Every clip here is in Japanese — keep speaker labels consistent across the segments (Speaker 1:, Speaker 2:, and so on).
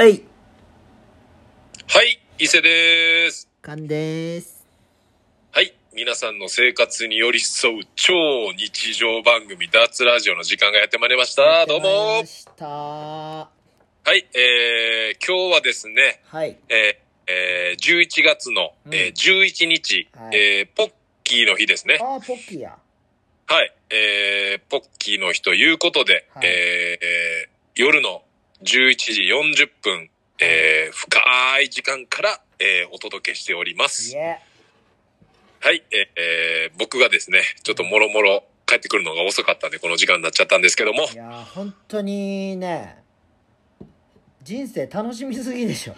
Speaker 1: えい
Speaker 2: はい、伊勢です。
Speaker 1: かんでーす。
Speaker 2: はい、皆さんの生活に寄り添う超日常番組、脱ラジオの時間がやってまいりました。どうも
Speaker 1: やってまいりました。は
Speaker 2: はい、えー、今日はですね、
Speaker 1: い。
Speaker 2: えーえー11月の、
Speaker 1: うん
Speaker 2: えー11日、
Speaker 1: はい
Speaker 2: えーポッキーの日ですね。
Speaker 1: あー、ポッキーや。
Speaker 2: はい、えー、ポッキーの日ということで、
Speaker 1: はい
Speaker 2: えー夜の11時40分、えー深い時間から、えーお届けしております。
Speaker 1: いえ。
Speaker 2: はい、えーえー僕がですね、ちょっともろもろ帰ってくるのが遅かったんで、この時間になっちゃったんですけども
Speaker 1: い、やー、本当にね、人生楽しみすぎでしょ。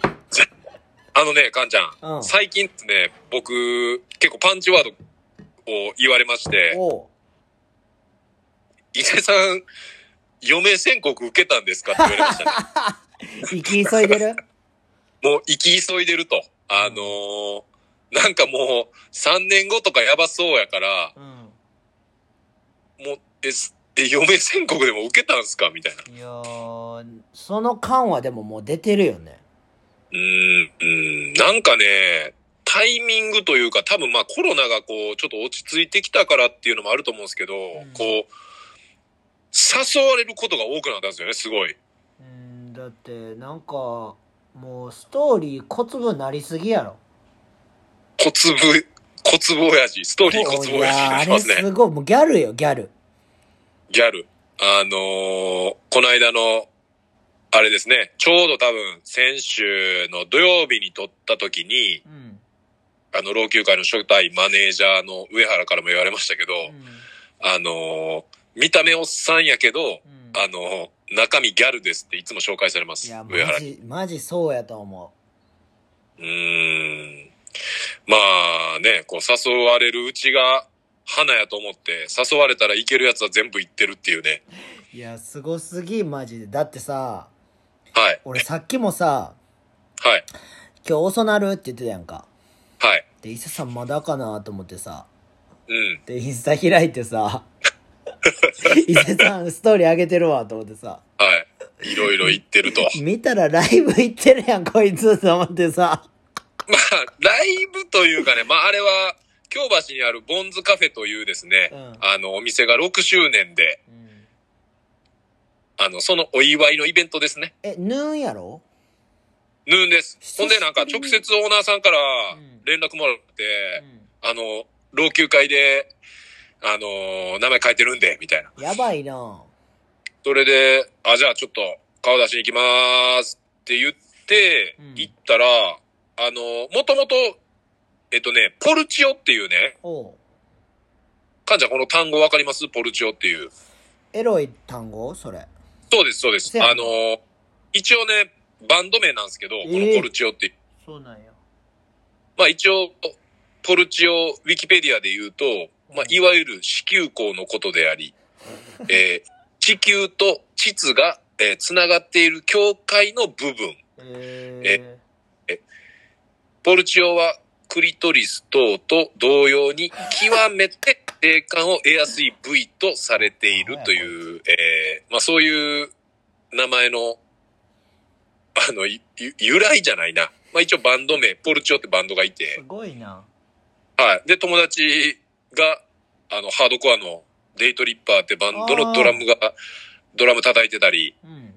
Speaker 2: あのね、かんちゃん、
Speaker 1: うん
Speaker 2: 最近ですね、僕、結構パンチワードを言われまして、
Speaker 1: おう。
Speaker 2: 伊勢さん、余命宣告受けたんですかって言わ れましたね。
Speaker 1: 生き急いでる
Speaker 2: もう、行き急いでると。あのーなんかもう、3年後とかやばそうやから、
Speaker 1: うん。
Speaker 2: もう、え、すえ余命宣告でも受けたんすかみたいな。
Speaker 1: いやー、その感はでももう出てるよね。
Speaker 2: うーん、うーんなんかね、タイミングというか、多分まあコロナがこう、ちょっと落ち着いてきたからっていうのもあると思うんですけど、
Speaker 1: ん
Speaker 2: こう、誘われることが多くなったんですよね、すごい。
Speaker 1: うん、だって、なんか、もうストーリー小粒なりすぎやろ。
Speaker 2: 小粒、小粒親父、ストーリー小粒
Speaker 1: い
Speaker 2: 親父に
Speaker 1: やー
Speaker 2: な
Speaker 1: あ
Speaker 2: ってま
Speaker 1: れ
Speaker 2: すね。
Speaker 1: すごい。もうギャルよ、ギャル。
Speaker 2: ギャル。あのーこの間の、あれですね、ちょうど多分、先週の土曜日に撮った時に、
Speaker 1: うん。
Speaker 2: あの、老朽会の初代マネージャーの上原からも言われましたけど、あのー見た目おっさんやけど、
Speaker 1: うん
Speaker 2: あのー中身ギャルですっていつも紹介されま
Speaker 1: い
Speaker 2: す
Speaker 1: や、。
Speaker 2: 上
Speaker 1: マ
Speaker 2: 原に。
Speaker 1: ジ、マジそうやと思
Speaker 2: うーん。まあね、こう誘われるうちが花やと思って、誘われたらいけるやつは全部行ってるっていうね。
Speaker 1: う。いや、すごすぎ、マジで。だってさ、
Speaker 2: はい、
Speaker 1: 俺さっきもさ、
Speaker 2: はい、
Speaker 1: 今日遅なるって言ってたやんか。
Speaker 2: はい。
Speaker 1: で、伊勢さんまだかなと思ってさ。
Speaker 2: うん。
Speaker 1: で、インスタ開いて さ、伊勢さんストーリー上げてるわと思ってさ。
Speaker 2: はい。いろいろ行ってる と。
Speaker 1: 見たらライブ行ってるやん、こいつと思ってさ。
Speaker 2: まあ、ライブというかね、まああれは、京橋にあるボンズカフェというですね、
Speaker 1: うん
Speaker 2: あの、お店が6周年で、あの、そのお祝いのイベントですね。
Speaker 1: え、ヌーンやろ
Speaker 2: ヌーンです。ほんでなんか直接オーナーさんから
Speaker 1: うん
Speaker 2: 連絡もらって、あの、老朽会で、あのー名前変えてるんで、みたいな。
Speaker 1: やばいな
Speaker 2: それで、あ、じゃあちょっと顔出しに行きまーすって言って
Speaker 1: うん、
Speaker 2: 行ったら、あのもともと、えっとね、ポルチオっていうね、
Speaker 1: おう
Speaker 2: かんちゃんこの単語わかりますポルチオっていう。
Speaker 1: エロい単語それ。
Speaker 2: そうです、そうです
Speaker 1: せ。やな
Speaker 2: あのー一応ね、バンド名なんですけど、こ
Speaker 1: え
Speaker 2: の
Speaker 1: え
Speaker 2: ポルチオって、
Speaker 1: そうなんや。
Speaker 2: まあ一応、ポルチオ、ウィキペディアで言うと、まあいわゆる子宮口のことであり、えー地球と膣が、えー、つながっている境界の部分。
Speaker 1: え
Speaker 2: ポルチオはクリトリス等と同様に極めて霊感を得やすい部位とされているという、えーまあそういう名前の、あの、いゆ由来じゃないな。まあ一応バンド名、ポルチオってバンドがい
Speaker 1: ー、
Speaker 2: て
Speaker 1: す、ごいな。
Speaker 2: はい。で、友達が、あの、ハードコアのデイトリッパーってバンドのドラムが、ドラム叩いてたり、
Speaker 1: うん。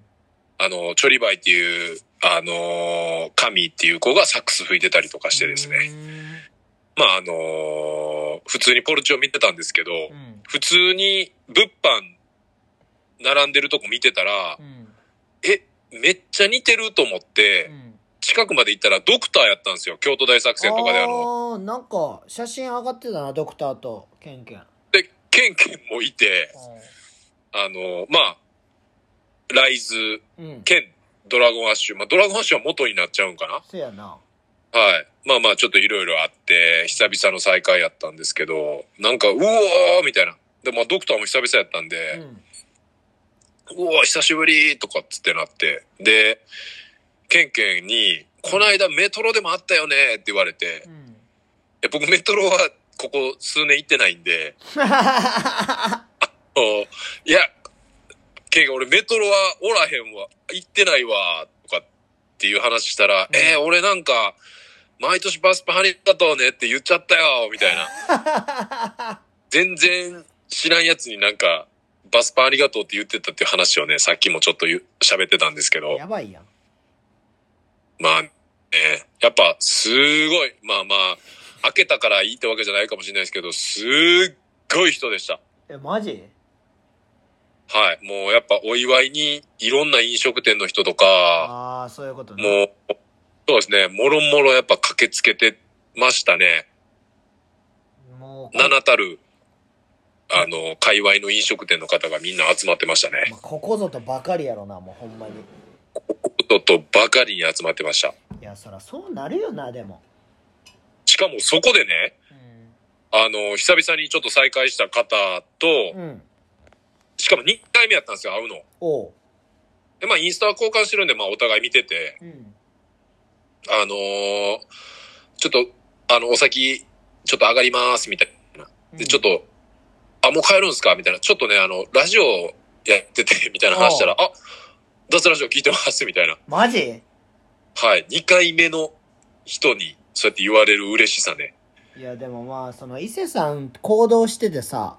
Speaker 2: あの、チョリバイっていう、あのー、神っていう子がサックス吹いてたりとかしてですね。まあ、あのー普通にポルチを見てたんですけど、
Speaker 1: うーん。うん
Speaker 2: 普通に物販並んでるとこ見てたら
Speaker 1: う、ん。
Speaker 2: え、めっちゃ似てると思っ
Speaker 1: う
Speaker 2: て、
Speaker 1: ん。
Speaker 2: 近くまで行ったらドクターやったんですよ。京都大作戦とかであの、
Speaker 1: あーなんか写真上がってたなドクターとケンケンうん
Speaker 2: で、ケンケンもいて、あのーまあ、ライズ、
Speaker 1: うん
Speaker 2: ケン、ドラゴンアッシュ。まあ、ドラゴンアッシュは元になっちゃうんかな
Speaker 1: そやな
Speaker 2: はい。まあまあ、ちょっといろいろあって、久々の再会やったんですけど、なんか、うおーみたいな。で、まあ、ドクターも久々やったん
Speaker 1: う
Speaker 2: で、
Speaker 1: ん
Speaker 2: うおー久しぶりとかっつってなって、で、ケンケンに、この間メトロでもあったよねって言われて
Speaker 1: う、ん
Speaker 2: え僕メトロはここ数年行ってないんで、おいや、ケンケン俺メトロはおらへんわ、行ってないわ、とかっっていう話したら、
Speaker 1: うん
Speaker 2: えー、俺なんか、毎年バスパハリだとうねって言っちゃったよみたいな。 全然知らんやつになんか、バスパありがとうって言ってたっていう話をね、さっきもちょっと言う喋ってたんですけど、
Speaker 1: やばいやん。
Speaker 2: まあ、ね、やっぱすごい、まあまあ、開けたからいいってわけじゃないかもしれないですけど、すっごい人でした。
Speaker 1: え、マジ
Speaker 2: はい。もうやっぱお祝いにいろんな飲食店の人とか、
Speaker 1: ああー、そういうことね。
Speaker 2: もう、そうですね、もろもろやっぱ駆けつけてましたね。
Speaker 1: もう、
Speaker 2: 名なたる、あの、界隈の飲食店の方がみんな集まってましたね。
Speaker 1: まあここぞとばかりやろな、もうほんまに。
Speaker 2: こととばかりに集まってました。
Speaker 1: いや、そらそうなるよな、でも。
Speaker 2: しかもそこでね、あの、久々にちょっと再会した方
Speaker 1: う
Speaker 2: と、
Speaker 1: ん。うん。
Speaker 2: しかも2回目やったんですよ、会うの。
Speaker 1: おう。
Speaker 2: で、まあ、インスタは交換してるんで、まあ、お互い見てて、
Speaker 1: うん。
Speaker 2: あのーちょっと、あの、お先、ちょっと上がります、みたいな。で、ちょっと、あ、もう帰るんすかみたいな。ちょっとね、あの、ラジオやってて、み たいな話したら、あ、脱ラジオ聞いてます、 みたいな。
Speaker 1: マジ
Speaker 2: はい。2回目の人に、そうやって言われる嬉しさね。
Speaker 1: いや、でもまあ、その、伊勢さん行動しててさ、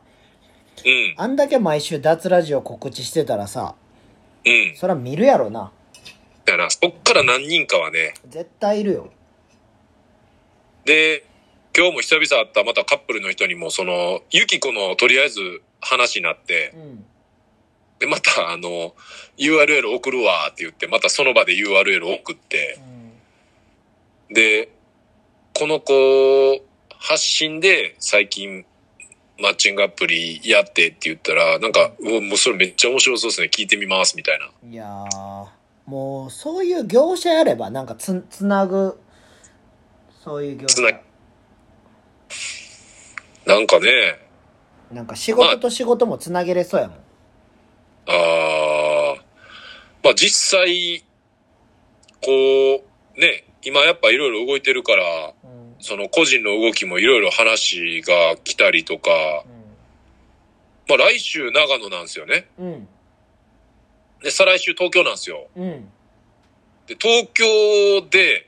Speaker 2: うん、
Speaker 1: あんだけ毎週脱ラジオ告知してたらさ、
Speaker 2: うん。
Speaker 1: そら見るやろな。
Speaker 2: だから、そっから何人かはね、
Speaker 1: 絶対いるよ。
Speaker 2: で、今日も久々会ったまたカップルの人にも、その、ゆきこのとりあえず話になって
Speaker 1: う、ん。
Speaker 2: で、またあの、URL 送るわって言って、またその場で URL 送って、で、この子、発信で最近、マッチングアプリやってって言ったら、なんか、うわもうそれめっちゃ面白そうですね、聞いてみます、みたいな。
Speaker 1: いやー、もう、そういう業者やれば、なんかつ、つなぐ、そういう業
Speaker 2: つな
Speaker 1: 者。
Speaker 2: なんかね、
Speaker 1: なんか仕事と仕事もつなげれそうやもん。
Speaker 2: あーまあ実際、こう、ね、今やっぱいろいろ動いてるから、
Speaker 1: うん。
Speaker 2: その個人の動きもいろいろ話が来たりとか、まあ来週長野なんですよね。
Speaker 1: うん。
Speaker 2: で、再来週東京なんですよ。
Speaker 1: うん。
Speaker 2: で、東京で、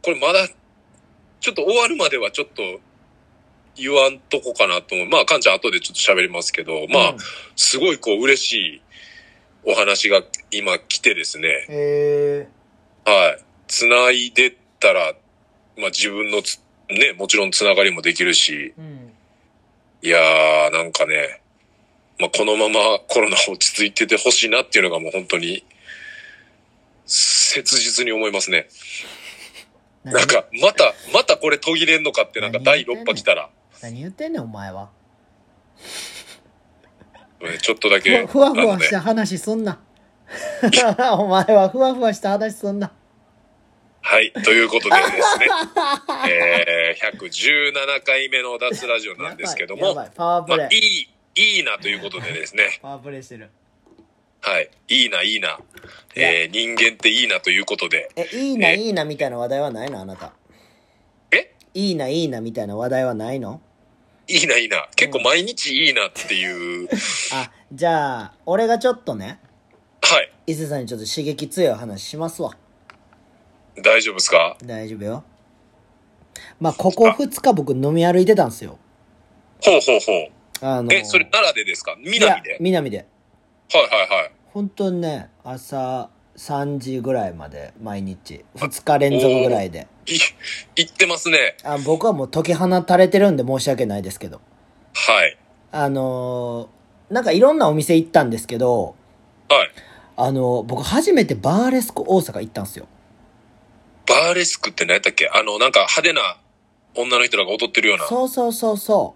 Speaker 2: これまだ、ちょっと終わるまではちょっと言わんとこかなと思う。まあ、かんちゃん後でちょっと喋りますけど、まあ、すごいこう嬉しいお話が今来てですね。
Speaker 1: え
Speaker 2: はい。繋いでったら、まあ自分のつ、ね、もちろん繋がりもできるし、
Speaker 1: ー、うん。
Speaker 2: いやー、なんかね、まあこのままコロナ落ち着いててほしいなっていうのがもう本当に、切実に思いますね。 なんか、また、またこれ途切れんのかって、なんか第6波来たら、
Speaker 1: 何何言ってんねん、お前は。
Speaker 2: ねちょっとだ
Speaker 1: ふ
Speaker 2: け、
Speaker 1: わふわふ
Speaker 2: あの
Speaker 1: わ
Speaker 2: ね
Speaker 1: した話すんな。 お前はふわふわした話すんな。
Speaker 2: はい、ということでですね、 えー、117回目の脱ラジオなんですけど
Speaker 1: や
Speaker 2: も、
Speaker 1: ば
Speaker 2: ま
Speaker 1: い、やばいパワープレイ。
Speaker 2: あ、いい、いいなということでですね、
Speaker 1: パワープレイしてる。
Speaker 2: はい、いいな、いいな、えー、人間っていいなということで、
Speaker 1: え、いいな、
Speaker 2: え
Speaker 1: いいなみたいな話題はないのあなた。
Speaker 2: え
Speaker 1: いいな、いいなみたいな話題はないの
Speaker 2: いいな、いいな、結構毎日いいなっていう、
Speaker 1: あ、じゃあ、俺がちょっとね、
Speaker 2: はい、
Speaker 1: 伊勢さんにちょっと刺激強い話しますわ。
Speaker 2: 大丈夫ですか
Speaker 1: 大丈夫よ。まあ、ここ2日僕飲み歩いてたんすよ。
Speaker 2: ほうほうほう。
Speaker 1: あの
Speaker 2: え、それ奈良でですか
Speaker 1: いや
Speaker 2: 南で
Speaker 1: 南で。
Speaker 2: はいはいはい。
Speaker 1: 本当にね、朝3時ぐらいまで毎日。2日連続ぐらいで。
Speaker 2: い、行ってますね。
Speaker 1: あ僕はもう解き放たれてるんで申し訳ないですけど。
Speaker 2: はい。
Speaker 1: あのーなんかいろんなお店行ったんですけど、
Speaker 2: はい。
Speaker 1: あのー僕初めてバーレスク大阪行ったんですよ。
Speaker 2: バーレスクって何やったっけあの、なんか派手な女の人らが踊ってるような。は
Speaker 1: そうそうそうそ。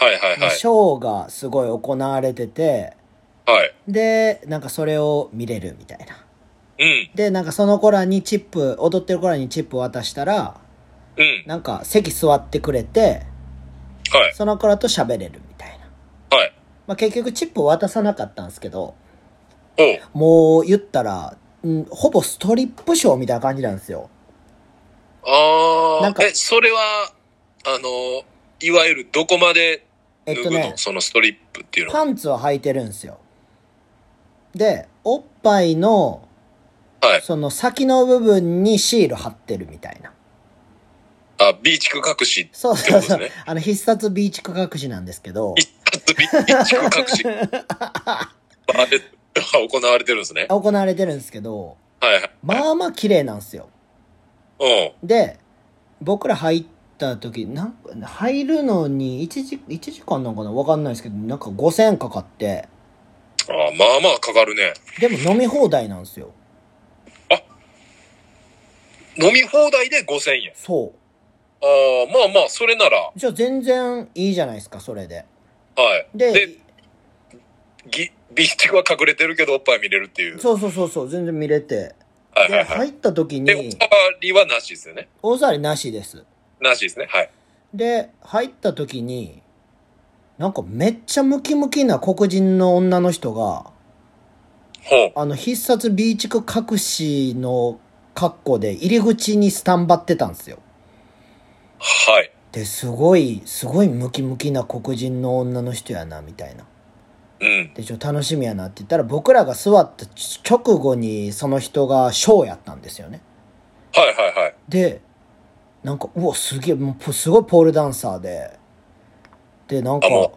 Speaker 2: いはいう
Speaker 1: で
Speaker 2: はい。
Speaker 1: ショーがすごい行われてて、
Speaker 2: はい。
Speaker 1: で、なんかそれを見れるみたいな。
Speaker 2: うん。
Speaker 1: で、なんかその子らにチップ、踊ってる子らにチップ渡したら、
Speaker 2: うん。
Speaker 1: なんか席座ってくれて、
Speaker 2: はい。
Speaker 1: その子らと喋れるみたいな。
Speaker 2: はい。
Speaker 1: まあ、結局チップ渡さなかったんですけど、
Speaker 2: おう。
Speaker 1: もう言ったら、うん、ほぼストリップショーみたいな感じなんですよ。な
Speaker 2: あ
Speaker 1: んか
Speaker 2: ー。え、それは、あの、いわゆるどこまで
Speaker 1: え
Speaker 2: 脱
Speaker 1: っ
Speaker 2: ぐ
Speaker 1: と
Speaker 2: の、
Speaker 1: ね、
Speaker 2: そのストリップっていうのは。
Speaker 1: パンツは履いてるんですよ。で、おっぱいの、
Speaker 2: はい。
Speaker 1: その先の部分にシール貼ってるみたいな。
Speaker 2: あ、ビーチク隠し。
Speaker 1: そうそうそう。
Speaker 2: ってことです
Speaker 1: あの、必殺ビーチ区隠しなんですけど、
Speaker 2: 一発 ビビーチク隠し。あれ、行われてるんですね。
Speaker 1: 行われてるんですけど、
Speaker 2: はいはい。
Speaker 1: まあまあ綺麗なんですよ。
Speaker 2: うん。
Speaker 1: で、僕ら入った時、なんか、入るのに1時、一時間なんかなわかんないですけど、なんか5000円かかって、
Speaker 2: あまあまあかかるね。
Speaker 1: でも飲み放題なんですよ。
Speaker 2: 飲み放題で5000円。
Speaker 1: そ
Speaker 2: ああ、まあまあ、それなら、は
Speaker 1: う。じゃあ全然いいじゃないですか、それで。
Speaker 2: い。
Speaker 1: で、
Speaker 2: でぎビーチクは隠れてるけど、おっぱい見れるっていう。
Speaker 1: そうそうそうそう、全然見れて。
Speaker 2: はいは
Speaker 1: で、
Speaker 2: いはい。
Speaker 1: 入った時
Speaker 2: で、お
Speaker 1: に、
Speaker 2: 触りはなしですよね。
Speaker 1: 大触りなしです。
Speaker 2: なしですね。はい。
Speaker 1: で、入った時に、なんかめっちゃムキムキな黒人の女の人が、
Speaker 2: ほ
Speaker 1: あの、必殺ビーチク隠しの格好で入り口にスタンバってたんですよ。
Speaker 2: う。はい。
Speaker 1: で、すごい、すごいムキムキな黒人の女の人やな、みたいな。
Speaker 2: うん。
Speaker 1: で、ちょ、楽しみやなって言ったら、僕らが座った直後にその人がショーやったんですよね。
Speaker 2: はいはいはい。
Speaker 1: で、なんか、うわ、すげえ、もうポすごいポールダンサーで、で、なんか、
Speaker 2: あも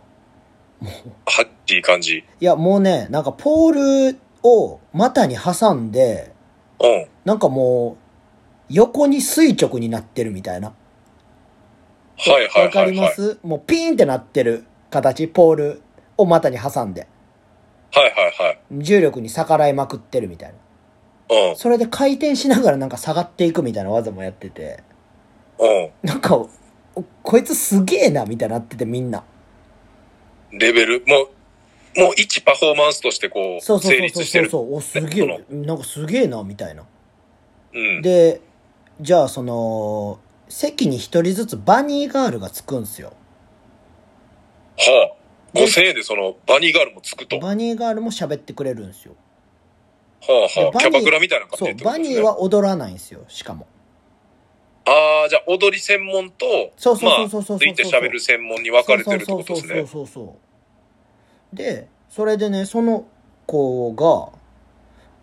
Speaker 2: はっきり感じ。
Speaker 1: いや、もうね、なんかポールを股に挟んで、
Speaker 2: うん。
Speaker 1: なんかもう、横に垂直になってるみたいな。
Speaker 2: はいはいはい、はい。
Speaker 1: わかります、もうピーンってなってる形、ポールを股に挟んで、
Speaker 2: はいはい
Speaker 1: 重力に逆らいまくってるみたいな。
Speaker 2: はい。
Speaker 1: それで回転しながらなんか下がっていくみたいな技もやってて、
Speaker 2: うん。う
Speaker 1: なんか、おこいつすげえな、みたいになっててみんな。
Speaker 2: ん。レベル、もう、もう一パフォーマンスとしてこ
Speaker 1: そう
Speaker 2: う、
Speaker 1: そうそう
Speaker 2: 成
Speaker 1: そ
Speaker 2: 立
Speaker 1: う
Speaker 2: して
Speaker 1: そう
Speaker 2: る。
Speaker 1: そう、お、すげえ、なんかすげえな、みたいな。
Speaker 2: うん。
Speaker 1: でじゃあその席に一人ずつバニーガールがつくんすよ
Speaker 2: はあ。5000円でその、バニーガールもつくと。は
Speaker 1: バニーガールも喋ってくれるんですよ
Speaker 2: あは
Speaker 1: でバ
Speaker 2: あ。
Speaker 1: ニー
Speaker 2: キャバクラみたいな感じ
Speaker 1: そ
Speaker 2: で
Speaker 1: う
Speaker 2: ってこ
Speaker 1: バ
Speaker 2: とです
Speaker 1: ニ
Speaker 2: ね
Speaker 1: ー。は踊らないんですよしかも
Speaker 2: ああ、じゃあ踊り専門と、
Speaker 1: そうそう
Speaker 2: ま
Speaker 1: そうそ
Speaker 2: あ、
Speaker 1: うそうそう
Speaker 2: ついて喋る専門に分かれてるってことで
Speaker 1: そ
Speaker 2: す
Speaker 1: う
Speaker 2: ね。
Speaker 1: そうそうそうそうでそれでねその子が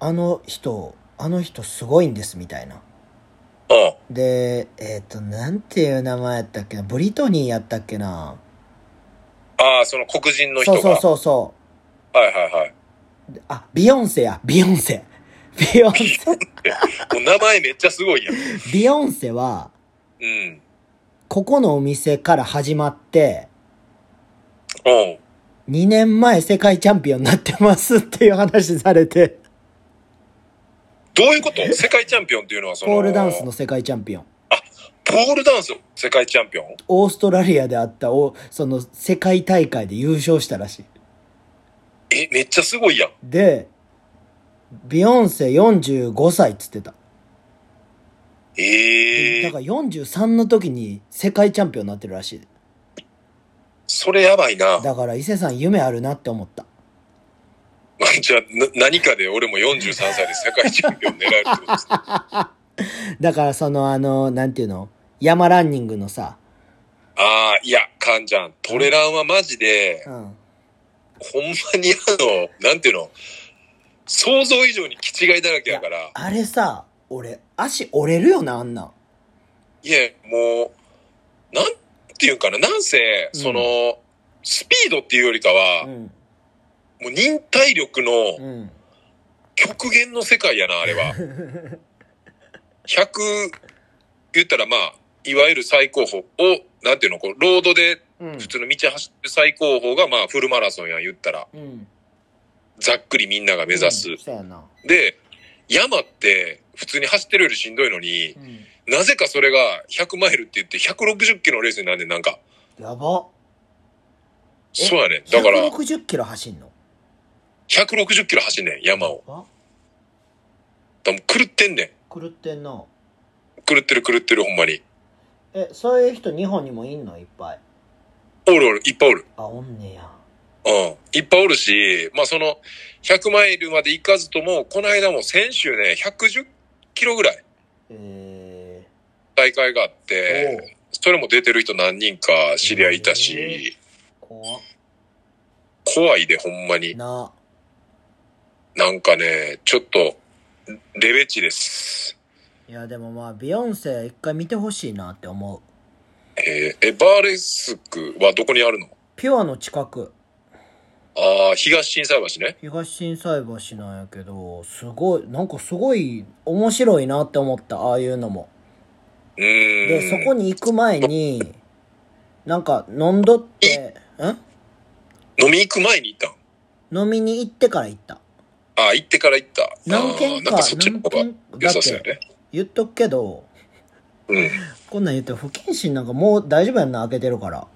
Speaker 1: あの人あの人すごいんですみたいな
Speaker 2: うん。
Speaker 1: でえっ、となんていう名前やったっけなブリトニーやったっけな
Speaker 2: ああ、その黒人の人
Speaker 1: そう
Speaker 2: が。
Speaker 1: そうそうそう
Speaker 2: はいはいはい。
Speaker 1: あ、ビヨンセや、ビヨンセ。ビヨン セ、
Speaker 2: もう名前めっちゃすごいやん。
Speaker 1: ビヨンセは、
Speaker 2: うん。
Speaker 1: ここのお店から始まって、
Speaker 2: うん。
Speaker 1: 2年前世界チャンピオンになってますっていう話されて、
Speaker 2: どういうこと世界チャンピオンっていうのはその、
Speaker 1: ポールダンスの。世界チャンピオン。
Speaker 2: ポールダンスの世界チャンピオン
Speaker 1: オーストラリアであった、おその世界大会で優勝したらしい。
Speaker 2: え、めっちゃすごいやん。
Speaker 1: で、ビヨンセ45歳っつってた。
Speaker 2: ええ
Speaker 1: だから43の時に世界チャンピオンになってるらしい。
Speaker 2: それやばいな。
Speaker 1: だから伊勢さん夢あるなって思った。
Speaker 2: じゃあ、な何かで俺も43歳で世界チャンピオン狙えるってこ とですね。
Speaker 1: だからそのあの、なんていうの山ランニングのさ、
Speaker 2: ああ、いや、カンちゃん、トレランはマジで、
Speaker 1: うん。
Speaker 2: ほんまにあの、なんていうの、想像以上に気違いだらけやから、
Speaker 1: あれさ、俺、足折れるよな、あんなん。
Speaker 2: いや、もう、なんていうんかな、なんせ、
Speaker 1: うん
Speaker 2: その、スピードっていうよりかは、
Speaker 1: ん。
Speaker 2: もう忍耐力の
Speaker 1: うん。
Speaker 2: 極限の世界やな、あ れは。100、言ったらまあ、いわゆる最高峰を、なんていうの、こう、ロードで
Speaker 1: うん
Speaker 2: 普。通の道走ってる最高峰がまあ、フルマラソンやん言ったら、
Speaker 1: うん。
Speaker 2: ざっくりみんなが目指す。
Speaker 1: そうやな。
Speaker 2: で、山って普通に走ってるよりしんどいのに
Speaker 1: う、ん。
Speaker 2: なぜかそれが100マイルって言って160キロのレースになんねん、なんか。
Speaker 1: やば。え
Speaker 2: そうやねん。だから、
Speaker 1: 160キロ走んの。
Speaker 2: 160キロ走んねん、山を。
Speaker 1: あ
Speaker 2: 多分狂ってんね
Speaker 1: 狂ってんな。
Speaker 2: ん。狂ってる狂ってる、ほんまに。
Speaker 1: え、そういう人日本にもいんのいっぱい。
Speaker 2: おるおる、いっぱいおる。
Speaker 1: あ、おんねや。
Speaker 2: うん。いっぱいおるし、まあその、100マイルまで行かずとも、この間も先週ね、110キロぐらい
Speaker 1: え
Speaker 2: 大会があっ
Speaker 1: ー。
Speaker 2: て、それも出てる人何人か知り合いいた
Speaker 1: へ
Speaker 2: し、
Speaker 1: おお怖っ
Speaker 2: 怖いで、ほんまに。
Speaker 1: な。
Speaker 2: なんかね、ちょっと、レベチです。
Speaker 1: いや、でもまあ、ビヨンセ一回見てほしいなって思う。
Speaker 2: えー、え、バーレスクはどこにあるの
Speaker 1: ピュアの近く、
Speaker 2: ああ、東新斎橋ね。
Speaker 1: 東心斎橋なんやけど、すごい、なんかすごい面白いなって思った、ああいうのも。
Speaker 2: うーん。
Speaker 1: で、そこに行く前に、なんか飲んどって、ん
Speaker 2: 飲み行く前に行ったん
Speaker 1: 飲みに行ってから行った。
Speaker 2: ああ、行ってから行った。
Speaker 1: 何軒か
Speaker 2: あーなんかそっちの方が
Speaker 1: 何軒
Speaker 2: 良さそうやね。
Speaker 1: 言っとくけど、
Speaker 2: うん。
Speaker 1: こんなん言って不謹慎なんかもう大丈夫やんな、開けてるから。
Speaker 2: も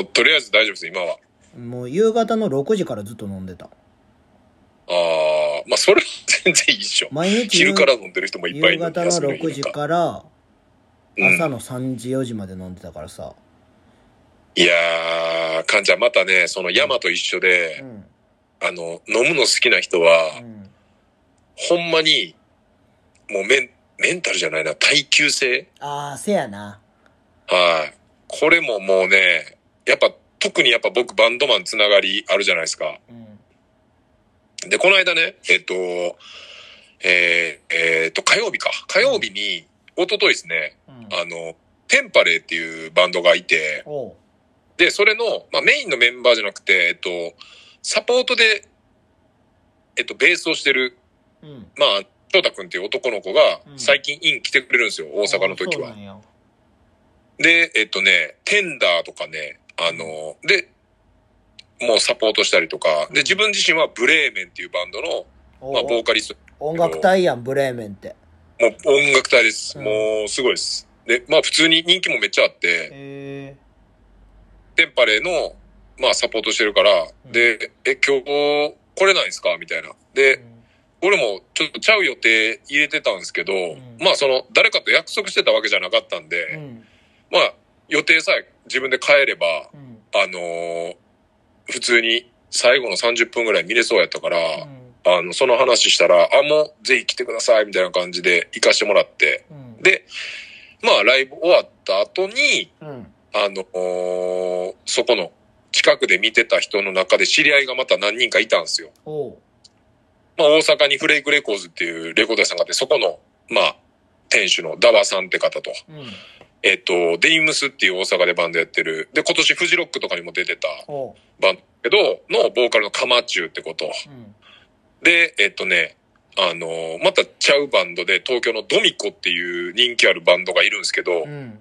Speaker 2: う、とりあえず大丈夫です、今は。
Speaker 1: もう夕方の6時からずっと飲んでた。
Speaker 2: ああ、まあ、それは全然いいっしょ。
Speaker 1: 毎日夕
Speaker 2: 昼から飲んでる人もいっぱい
Speaker 1: 夕
Speaker 2: いるんで
Speaker 1: 方の
Speaker 2: 休みの
Speaker 1: 6
Speaker 2: 日
Speaker 1: 時
Speaker 2: なんか
Speaker 1: から
Speaker 2: うん
Speaker 1: 朝の3時4時まで飲んでたからさ、
Speaker 2: いやー、かんちゃん、またね、その山と一緒
Speaker 1: う
Speaker 2: で、
Speaker 1: ん
Speaker 2: あの、飲むの好きな人
Speaker 1: う
Speaker 2: は、
Speaker 1: ん、
Speaker 2: ほんまに、もうメン、メンタルじゃないな、耐久性
Speaker 1: ああせやな
Speaker 2: はい。これももうね、やっぱ、特にやっぱ僕バンドマンつながりあるじゃないですか。
Speaker 1: うん
Speaker 2: で、この間ね、えっと、えーえーっと、火曜日か。火曜日に、一昨日ですね、
Speaker 1: うん
Speaker 2: あの、テンパレーっていうバンドがいて、
Speaker 1: おう
Speaker 2: で、それの、まあ、メインのメンバーじゃなくて、えっと、サポートで、えっと、ベースをしてる、
Speaker 1: うん
Speaker 2: まあ、翔太くんっていう男の子が
Speaker 1: う、ん
Speaker 2: 最近イン来てくれるんですよ、大阪の時
Speaker 1: あーそうな
Speaker 2: は
Speaker 1: ん。や
Speaker 2: で、えっとね、テンダーとかね、あの、で、もうサポートしたりとか、
Speaker 1: うん
Speaker 2: で、自分自身はブレーメンっていうバンドの、
Speaker 1: おう
Speaker 2: まあ、
Speaker 1: おう
Speaker 2: ボーカリスト
Speaker 1: 音楽隊やんブレーメンって
Speaker 2: もう音楽隊です。
Speaker 1: うん
Speaker 2: もうすごいです。で、まあ普通に人気もめっちゃあって、
Speaker 1: へえ
Speaker 2: テンパレーの、まあサポートしてるから、
Speaker 1: うん
Speaker 2: で、え、今日来れないんですかみたいな。で、俺もちょっとちゃう予定入れてたんですけど、
Speaker 1: ん
Speaker 2: まあその、誰かと約束してたわけじゃなかったん
Speaker 1: う
Speaker 2: で、
Speaker 1: ん
Speaker 2: まあ予定さえ自分で変えれば、
Speaker 1: うん
Speaker 2: あのー普通に最後の30分ぐらい見れそうやったから、
Speaker 1: うん
Speaker 2: あの、その話したら、あ、もうぜひ来てください、みたいな感じで行かしてもらって、
Speaker 1: うん
Speaker 2: で、まあ、ライブ終わった後に、
Speaker 1: うん
Speaker 2: あのーそこの近くで見てた人の中で知り合いがまた何人かいたんですよ。
Speaker 1: おう
Speaker 2: まあ、大阪にフレイクレコーズっていうレコード屋さんがあって、そこの、まあ、店主のダバさんって方と、
Speaker 1: うん
Speaker 2: えっ、と、デイムスっていう大阪でバンドやってる、で、今年フジロックとかにも出てた
Speaker 1: おう
Speaker 2: バンドけど、のボーカルのカマチューってこと。
Speaker 1: うん
Speaker 2: で、えっ、とね、あのーまたちゃうバンドで東京のドミコっていう人気あるバンドがいるんですけど、
Speaker 1: うん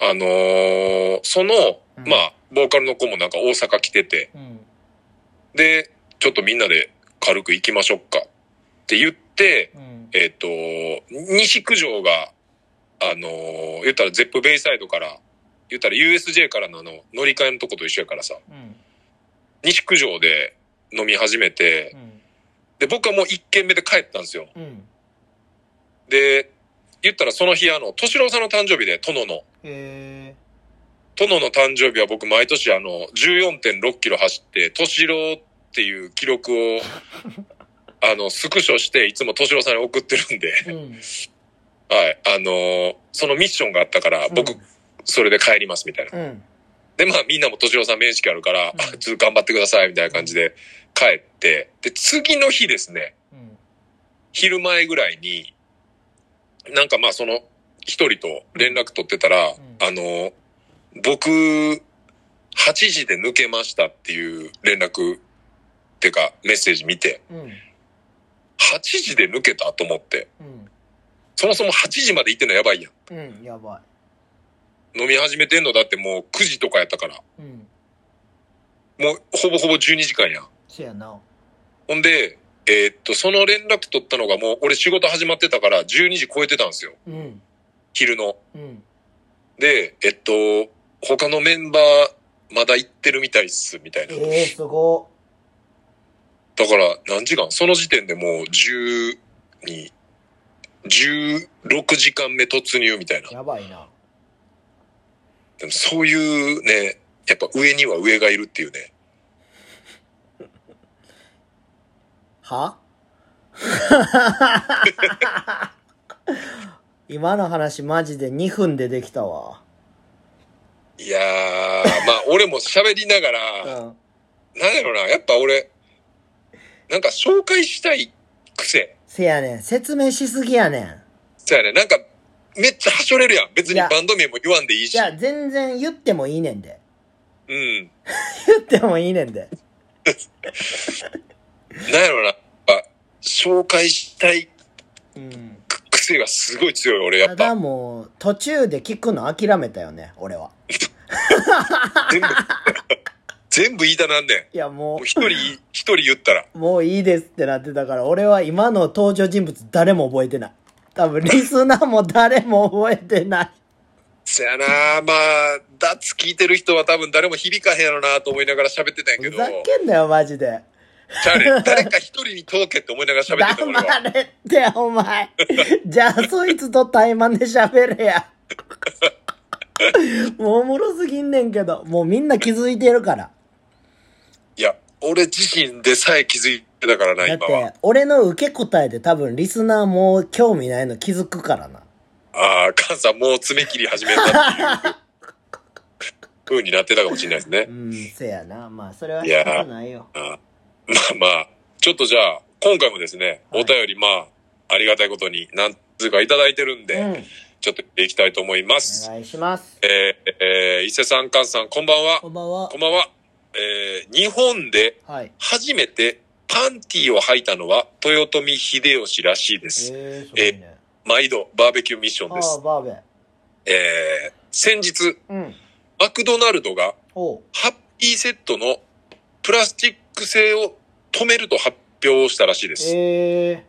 Speaker 2: あのーその、
Speaker 1: うん
Speaker 2: まあ、ボーカルの子もなんか大阪来てて、
Speaker 1: うん
Speaker 2: で、ちょっとみんなで軽く行きましょうかって言って、
Speaker 1: うん
Speaker 2: えっ、と、西九条が、あのー言ったらゼップベイサイドから、言ったら USJ からのあの、乗り換えのとこと一緒やからさ、
Speaker 1: うん
Speaker 2: 西九条で飲み始めて
Speaker 1: う、ん
Speaker 2: で、僕はもう一軒目で帰ったんですよ。
Speaker 1: うん
Speaker 2: で、言ったらその日あの、敏郎さんの誕生日で、殿の。
Speaker 1: へえ
Speaker 2: 殿の誕生日は僕毎年あの14.6キロ走って敏郎っていう記 録をあのスクショしていつも敏郎さんに送ってるんで、
Speaker 1: うん
Speaker 2: はい、あのーそのミッションがあったから
Speaker 1: う
Speaker 2: 僕
Speaker 1: ん
Speaker 2: それで帰りますみたいな。
Speaker 1: うん
Speaker 2: でまあみんなも敏郎さん面識あるから、
Speaker 1: うん
Speaker 2: ちょっと頑張ってくださいみたいな感じで帰ってで次の日ですね
Speaker 1: うん
Speaker 2: 昼前ぐらいになんかまあその一人と連絡取ってたら、あの、僕、8時で抜けましたっていう連絡、ってかメッセージ見て、
Speaker 1: うん
Speaker 2: 8時で抜けたと思って、
Speaker 1: うん
Speaker 2: そもそも8時まで行ってんのやばいや
Speaker 1: うんやば
Speaker 2: ん。飲み始めてんのだってもう9時とかやったから、
Speaker 1: いうん
Speaker 2: もうほぼほぼ12時間やん。
Speaker 1: せやな
Speaker 2: ほんで、えーっと、その連絡取ったのがもう俺仕事始まってたから12時超えてたんですよ、
Speaker 1: うん
Speaker 2: 昼の。
Speaker 1: うん
Speaker 2: で、えっと、他のメンバーまだ行ってるみたいっす、みたいな。
Speaker 1: ええすご
Speaker 2: だから何時間その時点でもう12、16時間目突入みたいな。
Speaker 1: やばいな
Speaker 2: でもそういうね、やっぱ上には上がいるっていうね。
Speaker 1: は 今の話マジで2分でできたわ
Speaker 2: いやー、まあ 俺も喋りなが
Speaker 1: う
Speaker 2: ら、
Speaker 1: ん
Speaker 2: なんやろな、やっぱ俺、なんか紹介したい癖。
Speaker 1: せやねん。説明しすぎやねん。
Speaker 2: そうやね。なんか、めっちゃはしょれるやん。別にバンド名も言わんでいい
Speaker 1: い
Speaker 2: し。
Speaker 1: や、全然言ってもいいねんで。
Speaker 2: うん。
Speaker 1: 言ってもいいねんで。
Speaker 2: なんやろな。やっぱ紹介したい
Speaker 1: うん。
Speaker 2: く癖がすごい強い、俺や
Speaker 1: た
Speaker 2: っ
Speaker 1: だ
Speaker 2: ぱ。
Speaker 1: もう、途中で聞くの諦めたよね、俺は。
Speaker 2: 全部、全部言いたなんねん。
Speaker 1: いや、も
Speaker 2: もう一人、一人言ったら。
Speaker 1: う、もういいですってなってたから、俺は今の登場人物誰も覚えてない。多分、リスナーも誰も覚えてない。
Speaker 2: せやなまあ、ダッツ聞いてる人は多分誰も響かへんやろなと思いながら喋ってたんやけ
Speaker 1: ふ
Speaker 2: ど、
Speaker 1: ざけんなよ、マジで。
Speaker 2: ちゃうねん誰か一人に届けって思いながら喋ってた俺は。
Speaker 1: 黙れって、お前。じゃあ、そいつと対マンで喋れや。もうおもろすぎんねんけど、もうみんな気づいてるから。
Speaker 2: いや、俺自身でさえ気づいてたからな、
Speaker 1: だっ
Speaker 2: 今は
Speaker 1: て。、俺の受け答えで多分リスナーも興味ないの気づくからな。
Speaker 2: ああ、母さんもう爪切り始めたっていう 風になってたかもしれないですね
Speaker 1: う。ん、せやな。まあ、それは仕方ないよ。
Speaker 2: あまあまあ、ちょっとじゃあ、今回もですね、
Speaker 1: はい
Speaker 2: お便りまあ、ありがたいことに、なんつうかいただいてるん
Speaker 1: う
Speaker 2: で、
Speaker 1: ん、
Speaker 2: ちょっと行っていきたいと思います
Speaker 1: お。願いします。
Speaker 2: えーえー伊勢さん、菅さん、こんばんは
Speaker 1: こ。んばんは
Speaker 2: こん。ばんは。えー日本で
Speaker 1: はい。
Speaker 2: 初めてパンティーを履いたのは豊臣秀吉らしいです。
Speaker 1: えー、すごいね。
Speaker 2: 毎度バーベキューミッション
Speaker 1: あ
Speaker 2: で
Speaker 1: あ、
Speaker 2: す。
Speaker 1: バーベ。
Speaker 2: えー先日、
Speaker 1: うん。
Speaker 2: マクドナルドが
Speaker 1: おう。
Speaker 2: ハッピーセットのプラスチック製を止めると発表したらしいです。
Speaker 1: え